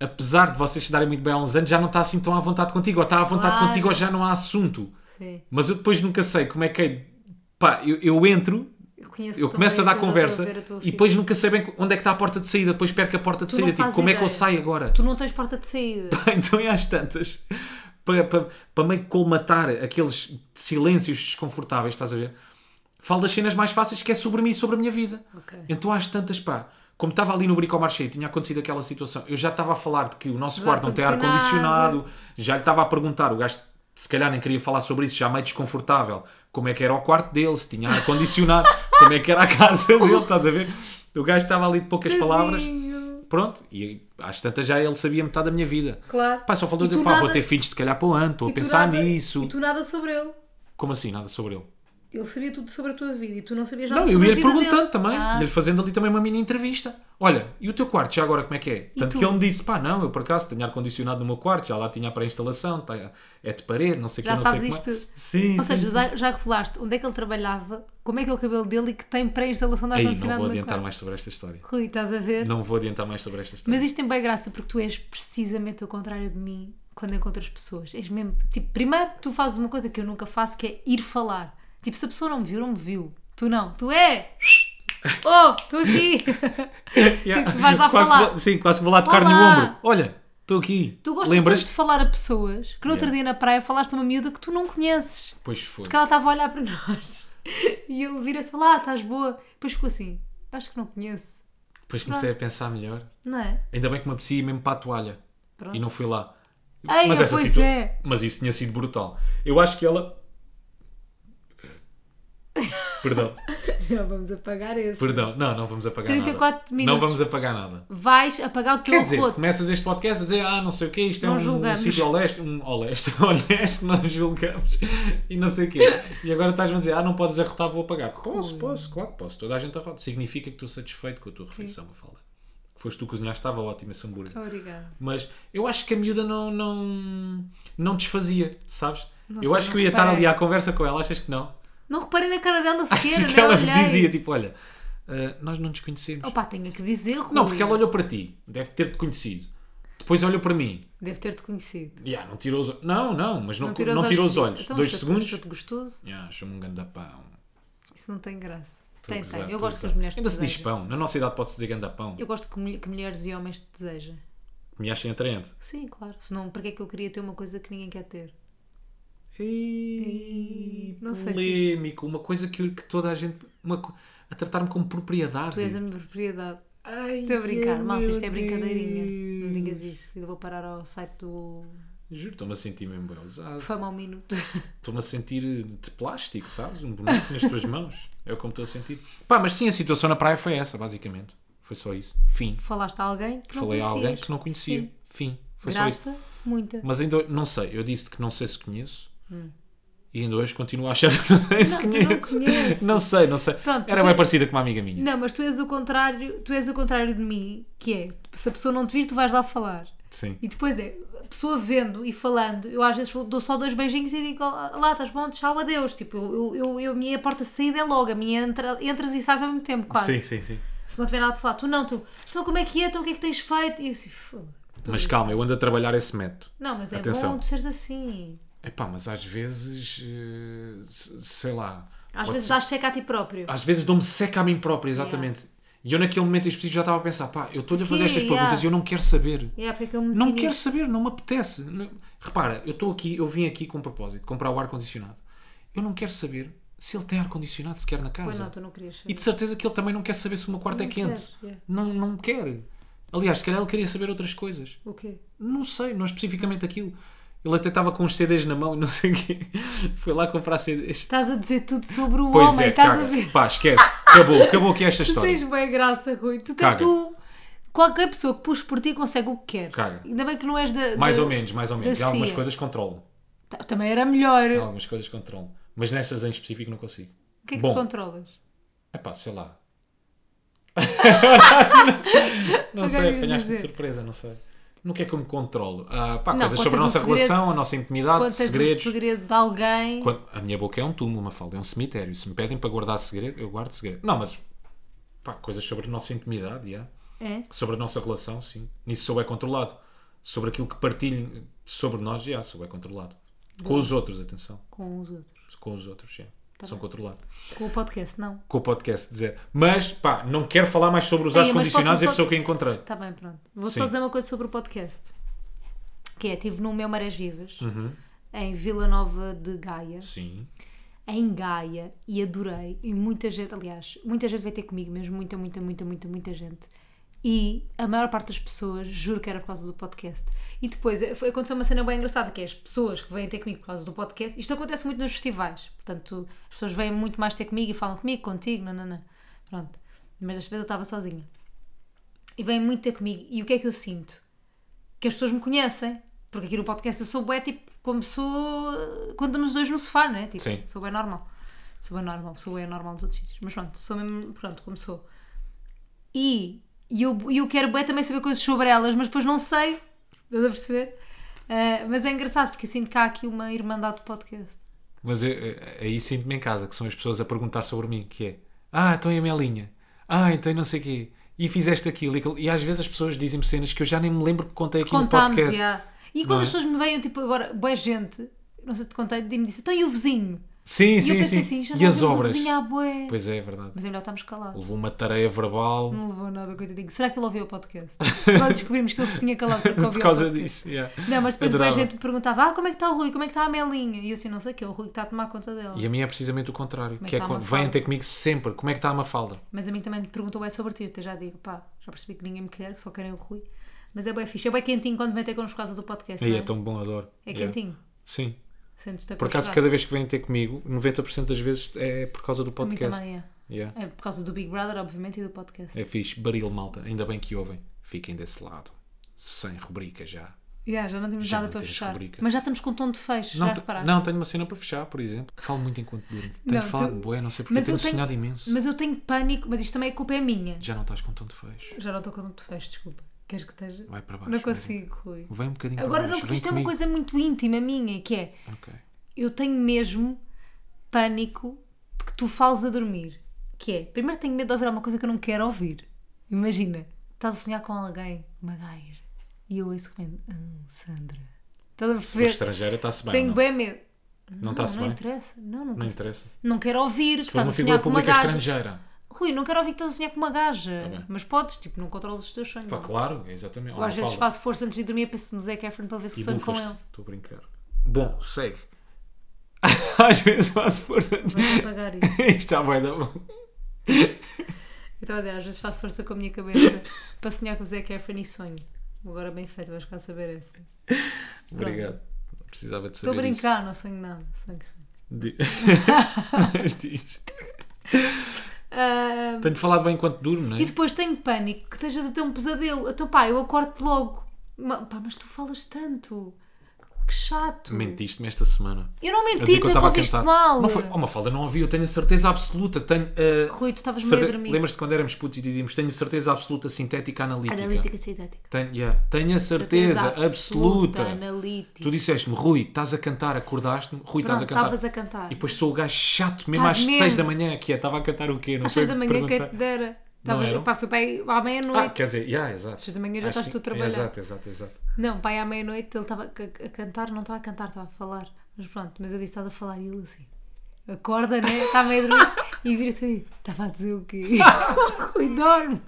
A: apesar de vocês se darem muito bem há uns anos, já não está assim tão à vontade contigo, ou está à vontade
B: Claro.
A: contigo, ou já não há assunto.
B: Sim.
A: Mas eu depois nunca sei como é que é. Pá, eu, eu entro,
B: Eu, conheço
A: eu
B: tão
A: começo a
B: bem,
A: dar
B: eu já
A: conversa
B: estou a ver a tua
A: e
B: vida.
A: depois nunca sei bem onde é que está a porta de saída, depois perco a porta de
B: Tu não
A: saída. Tipo,
B: fazes
A: como é que eu
B: ideia.
A: saio agora?
B: Tu não tens porta de saída.
A: Pá, então é às tantas. Para, para, para meio que colmatar aqueles silêncios desconfortáveis, estás a ver? Falo das cenas mais fáceis que é sobre mim e sobre a minha vida.
B: Ok.
A: Então às tantas, pá, como estava ali no bricomarché e tinha acontecido aquela situação, eu já estava a falar de que o nosso
B: Do
A: quarto não tem
B: ar-condicionado.
A: ar-condicionado, já lhe estava a perguntar, o gajo se calhar nem queria falar sobre isso, já meio desconfortável, como é que era o quarto dele, se tinha ar-condicionado, como é que era a casa dele, estás a ver? O gajo estava ali de poucas palavras,
B: Tadinho.
A: pronto, e às tantas já ele sabia metade da minha vida.
B: Claro.
A: Pá, só faltou
B: E
A: dizer,
B: tu
A: pá, vou
B: nada-
A: ter filhos se calhar para o ano, estou a
B: e tu
A: pensar
B: nada-
A: nisso.
B: E tu nada sobre ele.
A: Como assim, nada sobre ele?
B: Ele sabia tudo sobre a tua vida e tu não sabias nada
A: Não, eu
B: sobre a
A: ia-lhe
B: vida dele.
A: perguntando também,
B: Ah,
A: ia-lhe fazendo ali também uma mini entrevista. Olha, e o teu quarto, já agora como é que é? Tanto
B: tu?
A: que ele me disse, pá, não, eu por acaso tenho ar-condicionado no meu quarto, já lá tinha a pré-instalação, tá- é de parede, não sei o que,
B: Já
A: não
B: sabes
A: sei
B: isto
A: como é.
B: tudo.
A: Sim, sim,
B: Ou seja,
A: sim.
B: já, já revelaste onde é que ele trabalhava, como é que é o cabelo dele e que tem pré-instalação de
A: Aí, não
B: ar-condicionado
A: vou
B: no
A: adiantar
B: quarto.
A: mais sobre esta história.
B: Rui, estás a ver?
A: Não vou adiantar mais sobre esta história.
B: Mas isto tem bem graça porque tu és precisamente o contrário de mim quando encontras pessoas. És mesmo, tipo, primeiro tu fazes uma coisa que eu nunca faço que é ir falar. Tipo, se a pessoa não me viu, não me viu. Tu não, tu é. Oh, estou aqui.
A: Yeah.
B: é tu vais lá
A: quase
B: falar.
A: que vou- sim, quase que vou lá tocar
B: Olá.
A: no ombro. Olha, estou aqui.
B: Tu gostas
A: Lembras?
B: tanto de falar a pessoas que no outro dia na praia falaste a uma miúda que tu não conheces.
A: Pois foi.
B: Porque ela estava a olhar para nós. E ele vira-se lá, estás boa. Depois ficou assim, acho que não conheço.
A: Depois comecei a pensar melhor.
B: Não é?
A: Ainda bem que me apetecia ir mesmo para a toalha.
B: Pronto.
A: E não fui lá.
B: Ai, pois
A: situa-
B: é.
A: Mas isso tinha sido brutal. Eu acho que ela. Perdão,
B: Já vamos apagar esse.
A: perdão. Não, não vamos apagar nada.
B: 34
A: Não
B: minutos.
A: vamos apagar nada.
B: Vais apagar o teu
A: Quer dizer, é
B: roto.
A: começas este podcast a dizer, ah, não sei o quê, isto
B: Não
A: é um, um
B: julgamos.
A: sítio honesto, um honesto, honesto, não julgamos, e não sei o quê. E agora estás-me a dizer, ah, não podes arrotar, vou apagar. Posso, posso, claro que posso, toda a gente arrota. Significa que estou satisfeito com a tua refeição, a fala. Foste tu que cozinhaste, estava ótimo esse hambúrguer.
B: Obrigada.
A: Mas eu acho que a miúda não, não, não desfazia, sabes?
B: Não
A: eu
B: sei,
A: acho que
B: não
A: eu ia estar
B: reparei.
A: ali à conversa com ela, achas que não?
B: Não reparei na cara dela sequer,
A: Achas
B: não
A: que ela
B: olhei. É um
A: dizia, tipo, olha, ah, nós não nos conhecemos.
B: Opa, tenho que dizer, Rui.
A: não, porque ela olhou para ti, deve ter-te conhecido. Depois olhou para mim,
B: Deve ter-te conhecido.
A: Ya, não tirou os olhos. Não, não, mas não, não tirou, os olhos.
B: Então,
A: Dois
B: achou-te-
A: segundos,
B: achou-te gostoso?
A: Ya, achou-me um ganda pão.
B: Isso não tem graça.
A: Estou a
B: tem,
A: gozar,
B: tem.
A: estou
B: Eu
A: a
B: gosto que
A: gozar.
B: as mulheres te
A: Ainda se diz
B: desejem.
A: pão, na nossa idade pode-se dizer ganda pão.
B: Eu gosto que, mulher- que mulheres e homens te desejam.
A: Me achem atraente.
B: Sim, claro. Senão, para que é que eu queria ter uma coisa que ninguém quer ter?
A: Ei,
B: não sei se-
A: polémico, uma coisa que, que toda a gente. Uma, co- a tratar-me como propriedade.
B: Tu és a minha propriedade.
A: Ai,
B: Estou a brincar, malta,
A: meu
B: isto é brincadeirinha. Não
A: Deus.
B: digas isso. Eu vou parar ao site do
A: Juro, estou-me a sentir mesmo bem usado.
B: Fama ao Minuto.
A: Estou-me a sentir eh, de plástico, sabes? Um boneco nas tuas mãos. É como estou a sentir. Pá, mas sim, a situação na praia foi essa, basicamente. Foi só isso. Fim.
B: Falaste a alguém que não
A: Falei a
B: conhecias.
A: alguém que não conhecia.
B: Sim.
A: Fim. Foi só isso.
B: Graça, muita.
A: Mas ainda não sei, eu disse que não sei se conheço. E ainda hoje continuo a achar que não sei se
B: Hum. Não, tu não
A: conheço.
B: conheces.
A: Não sei, não sei.
B: Pronto,
A: Era
B: tu-
A: bem parecida com uma amiga minha.
B: Não, mas tu és o contrário, tu és o contrário de mim, que é, se a pessoa não te vir, tu vais lá falar.
A: Sim.
B: E depois é, a pessoa vendo e falando, eu às vezes vou- dou só dois beijinhos e digo, "Olá, lá, estás bom, tchau, adeus. Tipo, eu, eu, eu- a minha porta de saída é logo, a minha entra, entras e sais ao mesmo tempo, quase.
A: Sim, sim, sim.
B: se não tiver nada para falar, tu não, tu, então como é que é, então o que é que tens feito? E eu assim, foda
A: Mas calma, eu ando a trabalhar esse método.
B: Não, mas é
A: Atenção.
B: bom tu seres assim.
A: Epá, mas às vezes, eh, se- sei lá.
B: Às
A: pode
B: vezes
A: ser-
B: dás seca a ti próprio.
A: às vezes dou-me seca a mim próprio, exatamente. E eu naquele momento em específico já estava a pensar, pá, eu estou-lhe a fazer
B: Quê?
A: estas perguntas
B: Yeah.
A: e eu não quero saber.
B: É, porque eu me
A: Não
B: meti
A: quero
B: nisso.
A: saber, não me apetece. Não- Repara, eu estou aqui, eu vim aqui com um propósito, comprar o ar-condicionado. Eu não quero saber se ele tem ar-condicionado sequer na
B: Pois
A: casa.
B: não, tu não querias.
A: E de certeza que ele também não quer saber se o meu quarto é
B: Não
A: quente.
B: quer, yeah.
A: Não, não quer. Aliás, se calhar ele queria saber outras coisas.
B: O quê?
A: Não sei, não especificamente aquilo. Ele até estava com os CDs na mão e não sei o quê. Foi lá comprar CDs.
B: Estás a dizer tudo sobre o
A: Pois
B: Um homem,
A: é,
B: estás
A: caga.
B: a ver?
A: Pá, esquece. Acabou, acabou aqui esta
B: Tu
A: história.
B: tens bem graça, Rui. Tu,
A: Caga.
B: tens tu qualquer pessoa que puxe por ti consegue o que quer.
A: Caga.
B: Ainda bem que não és da.
A: Mais
B: da-
A: ou menos, mais ou menos. E
B: da
A: algumas
B: CIA.
A: coisas controlo.
B: Tá, Também era melhor.
A: E Algumas coisas controlo. Mas nessas em específico não consigo.
B: O que é que
A: Bom.
B: tu controlas?
A: É pá, sei lá. não sei, não
B: Agora
A: sei
B: ias
A: apanhaste-me de
B: dizer.
A: surpresa, não sei. No que é que eu me controlo? Ah, pá,
B: Não,
A: coisas sobre a
B: quando tens um
A: nossa
B: segredo-
A: relação, a nossa intimidade,
B: Quando tens
A: segredos.
B: um segredo de alguém.
A: Quando- a minha boca é um túmulo, uma falda, é um cemitério. Se me pedem para guardar segredo, eu guardo segredo. Não, mas pá, coisas sobre a nossa intimidade, yeah.
B: É?
A: sobre a nossa relação, sim. Nisso sou é controlado. Sobre aquilo que partilhem sobre nós, já sou é controlado. Com os outros, atenção.
B: Com os outros.
A: Com os outros, já.
B: Tá
A: São controlados.
B: Com o podcast, não.
A: Com o podcast dizer. Mas, pá, não quero falar mais sobre os
B: Ei,
A: ares
B: É, mas
A: condicionados e é a
B: posso-me
A: pessoa
B: só-
A: que eu encontrei.
B: Está Tá bem, pronto. Vou
A: Sim.
B: só dizer uma coisa sobre o podcast. Que é, estive no Meu Marés Vivas,
A: Uhum.
B: em Vila Nova de Gaia,
A: Sim.
B: em Gaia, e adorei. E muita gente, aliás, muita gente veio ter comigo mesmo, muita, muita, muita, muita, muita gente. E a maior parte das pessoas, juro que era por causa do podcast. E depois eh, foi- aconteceu uma cena bem engraçada, que é as pessoas que vêm ter comigo por causa do podcast. Isto acontece muito nos festivais, portanto, as pessoas vêm muito mais ter comigo e falam comigo, contigo, nananã. Pronto. Mas desta vez eu estava sozinha e vêm muito ter comigo. E o que é que eu sinto? Que as pessoas me conhecem. Porque aqui no podcast eu sou bué, tipo, como sou eh, quando estamos os dois no sofá, não é? Tipo,
A: Sim.
B: sou bem normal. Sou bem normal, sou bem normal nos outros sítios. Mas pronto, sou mesmo, pronto, como sou. E, e eu, e eu quero bem também saber coisas sobre elas, mas depois não sei. Estás a perceber? Eh, mas é engraçado, porque eu sinto que há aqui uma irmandade de podcast.
A: Mas eu- eu- aí sinto-me em casa, que são as pessoas a perguntar sobre mim, que é Ah, então é a Melinha. Ah, então é não sei o quê. E fizeste aquilo. e aquilo." E às vezes as pessoas dizem-me cenas que eu já nem me lembro que contei aqui no
B: Contámos,
A: podcast.
B: já. E
A: Não
B: quando
A: é?
B: as pessoas me veem, tipo, agora, boa gente, não sei se te contei, me disse, então e o vizinho?
A: Sim,
B: e
A: sim,
B: eu pensei
A: sim.
B: assim, já
A: e as
B: não
A: obras.
B: obras. a bué.
A: Pois é, é verdade.
B: Mas é melhor estarmos calados.
A: Levou uma tareia verbal
B: Não levou nada, coitadinho. Será que ele ouviu o podcast? Agora descobrimos que ele se tinha calado porque ouviu
A: por causa
B: o podcast.
A: disso. É yeah.
B: Não, mas depois a
A: Adorava.
B: gente me perguntava, ah, como é que está o Rui? Como é que está a Melinha? E eu assim, não sei o que, é o Rui que está a tomar conta dela.
A: E a minha é precisamente o contrário.
B: é
A: que é
B: que tá a
A: quando
B: Mafalda?
A: vêm ter comigo sempre. Como é que está a Mafalda?
B: Mas a mim também me perguntou é sobre ti, eu até já digo, pá, já percebi que ninguém me quer, que só querem o Rui. Mas é bem fixe, é bem quentinho quando vem ter connosco por causa do podcast,
A: Aí
B: não
A: é tão bom, adoro.
B: É
A: Yeah.
B: quentinho,
A: Sim.
B: sentes-te
A: Por acaso,
B: aconchegado.
A: cada vez que vêm ter comigo, 90% das vezes é por causa do
B: A mim
A: podcast.
B: também é.
A: Yeah.
B: É por causa do Big Brother, obviamente, e do podcast.
A: É fixe. Baril, malta. Ainda bem que ouvem. Fiquem desse lado. Sem rubrica já.
B: Yeah, já não temos
A: Já
B: nada
A: não
B: para
A: tens
B: fechar.
A: rubrica.
B: Mas já estamos com tom de fecho,
A: Não,
B: já
A: te-
B: reparaste?
A: não, tenho uma cena para fechar, por exemplo. Falo muito enquanto durmo. Tenho
B: Não,
A: falado,
B: tu-
A: bué, não sei porque.
B: Mas eu
A: Tenho
B: tenho-
A: sonhado imenso.
B: Mas eu tenho pânico, mas isto também a culpa é minha.
A: Já não estás com tom de fecho.
B: Já não estou com tanto fecho, desculpa. Queres que esteja?
A: Vai para baixo.
B: não
A: vai.
B: consigo, Rui.
A: Vem um bocadinho
B: Agora
A: para
B: não,
A: baixo.
B: porque
A: Vem
B: isto é uma
A: comigo.
B: coisa muito íntima minha, que é
A: Ok.
B: eu tenho mesmo pânico de que tu fales a dormir. Que é, primeiro tenho medo de ouvir alguma coisa que eu não quero ouvir. Imagina, estás a sonhar com alguém, uma gaia, e eu ouço que vem, "Hum, Sandra. Estás a
A: Por
B: perceber?
A: estrangeira está-se bem. ou
B: Tenho
A: não?
B: bem medo.
A: Não está-se
B: não
A: bem?
B: interessa. Não, não,
A: Não
B: quero-
A: interessa.
B: não quero ouvir que
A: Se for
B: estás
A: uma
B: a sonhar
A: figura
B: com uma
A: pública
B: gaja.
A: estrangeira.
B: Rui, não quero ouvir que estás a sonhar com uma gaja.
A: Tá bem.
B: mas podes, tipo, não controlas os teus sonhos.
A: Pá, claro, exatamente.
B: Eu às vezes faço força antes de dormir penso no Zac Efron é para ver se
A: e
B: sonho com
A: bufas
B: ele.
A: Estou a brincar. Bom, segue. às vezes faço força.
B: Vou apagar isso.
A: Isto está bem da bom.
B: Eu estava a dizer, às vezes faço força com a minha cabeça para sonhar com o Zac Efron e sonho. Agora bem feito, vais ficar a saber essa.
A: Obrigado. Precisava de saber
B: Estou a brincar, não sonho nada. Sonho, sonho.
A: isso. Di- Mas diz.
B: Ah,
A: Tenho falado bem enquanto durmo, não é?
B: e depois tenho pânico que estejas a ter um pesadelo. Então pá, eu acordo logo. Ma- pá, mas tu falas tanto. Que chato.
A: Mentiste-me esta semana.
B: Eu não
A: A
B: menti,
A: dizer
B: tu é que
A: tava
B: ouviste mal.
A: Não foi... Oh, Mafalda, não ouvi. Eu tenho a certeza absoluta. Tenho, ah,
B: Rui, tu estavas meio a
A: certe-
B: dormir.
A: Lembras-te quando éramos putos e dizíamos tenho certeza absoluta sintética analítica?
B: Analítica sintética.
A: Tenho, yeah. tenho a certeza absoluta.
B: Analítica.
A: Tu disseste-me, Rui, estás a cantar, acordaste-me, Rui, estás a
B: Pronto,
A: cantar.
B: estavas a cantar.
A: E depois sou o gajo chato mesmo
B: Pá,
A: às
B: mesmo.
A: 6 da manhã, que é, estava a cantar o quê? Não
B: Às
A: foi
B: 6 da manhã que
A: perguntar.
B: eu te dera. Estavas,
A: eram?
B: pá, foi para aí à meia-noite.
A: Ah, quer dizer, yeah, exato.
B: Seis da manhã já
A: Às
B: estás
A: cinco-
B: tu a trabalhar.
A: Exato, exato, exato.
B: Não, pai, à meia-noite ele estava a, a cantar, não estava a cantar, estava a falar. Mas pronto, mas eu disse, estás a falar, e ele assim, acorda, né? Está meio a dormir. E vira-se a mim, estava a dizer o quê? O Rui dorme.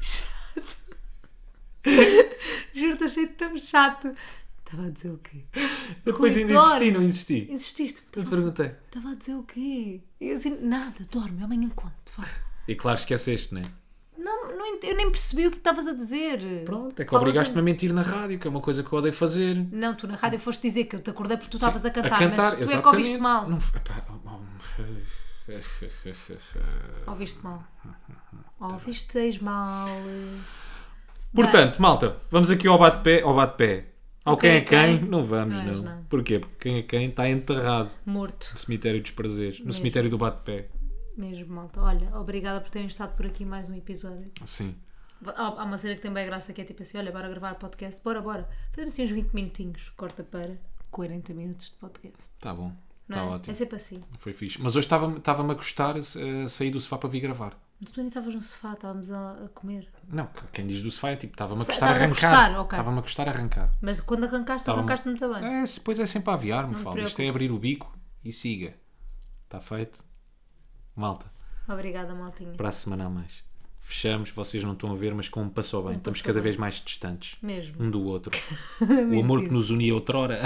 B: Chato. Juro-te, achei tão chato. Estava a dizer o quê?
A: Eu depois
B: Rui,
A: ainda insisti,
B: dorme.
A: não insisti.
B: Insististe,
A: Eu te perguntei.
B: estava a dizer o quê? E eu assim, nada, dorme, amanhã conto, vá.
A: E claro, esqueceste, né?
B: Não, não, ent- eu nem percebi o que estavas a dizer.
A: Pronto, é que
B: Falas assim. a-
A: obrigaste-me a mentir na rádio, que é uma coisa que eu odeio fazer.
B: Não, tu na rádio foste dizer que eu te acordei porque tu estavas a cantar, mas tu é que
A: exatamente.
B: ouviste mal.
A: Não, epá, oh, oh,
B: Ouviste mal. Ouvistes mal.
A: Portanto, malta, vamos aqui ao bate-pé, ao bate-pé. Ao quem é quem, não vamos,
B: Não és
A: não.
B: nada.
A: Porquê? Porque quem é quem está enterrado
B: Morto.
A: no cemitério dos prazeres, no cemitério do bate-pé.
B: Mesmo, malta. Olha, obrigada por terem estado por aqui mais um episódio.
A: Sim.
B: Há há uma cena que tem bem graça que é tipo assim: olha, bora gravar podcast, bora, bora. Fazemos assim uns 20 minutinhos, corta para 40 minutos de podcast.
A: Está Tá bom.
B: Não
A: Está
B: é?
A: ótimo.
B: É sempre assim.
A: Foi fixe. Mas hoje estava-me estava-me a gostar eh, sair do sofá para vir gravar.
B: Mas Tu nem estavas no sofá, estávamos a, a comer.
A: Não, quem diz do sofá é tipo, estava-me a
B: Se-
A: gostar
B: estava a
A: arrancar.
B: gostar, ok.
A: Estava-me a gostar arrancar.
B: Mas quando arrancaste,
A: Estava-
B: arrancaste muito bem.
A: É, se- pois é sempre a aviar, me
B: te
A: fala. Isto é abrir o bico e siga. Está feito? Malta,
B: Obrigada, maltinha.
A: para a semana a mais. Fechamos, vocês não estão a ver, mas como passou bem. Estamos
B: passou
A: cada
B: bem.
A: vez mais distantes
B: Mesmo.
A: um do outro. o amor que nos unia outrora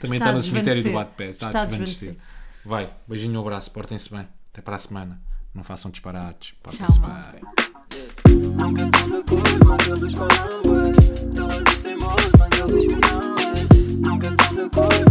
A: também
B: Está
A: está,
B: a
A: no cemitério do
B: desvanecer.
A: bate-pé.
B: Está a
A: Vai, beijinho ao braço, portem-se bem. Até para a semana. Não façam disparates.
B: Tchau,
A: Portem-se
B: malta.
A: bem.
C: Não cantando cores, mas eles falam, ué. Elas têm voz, mas eles não, é. Não cantando cores,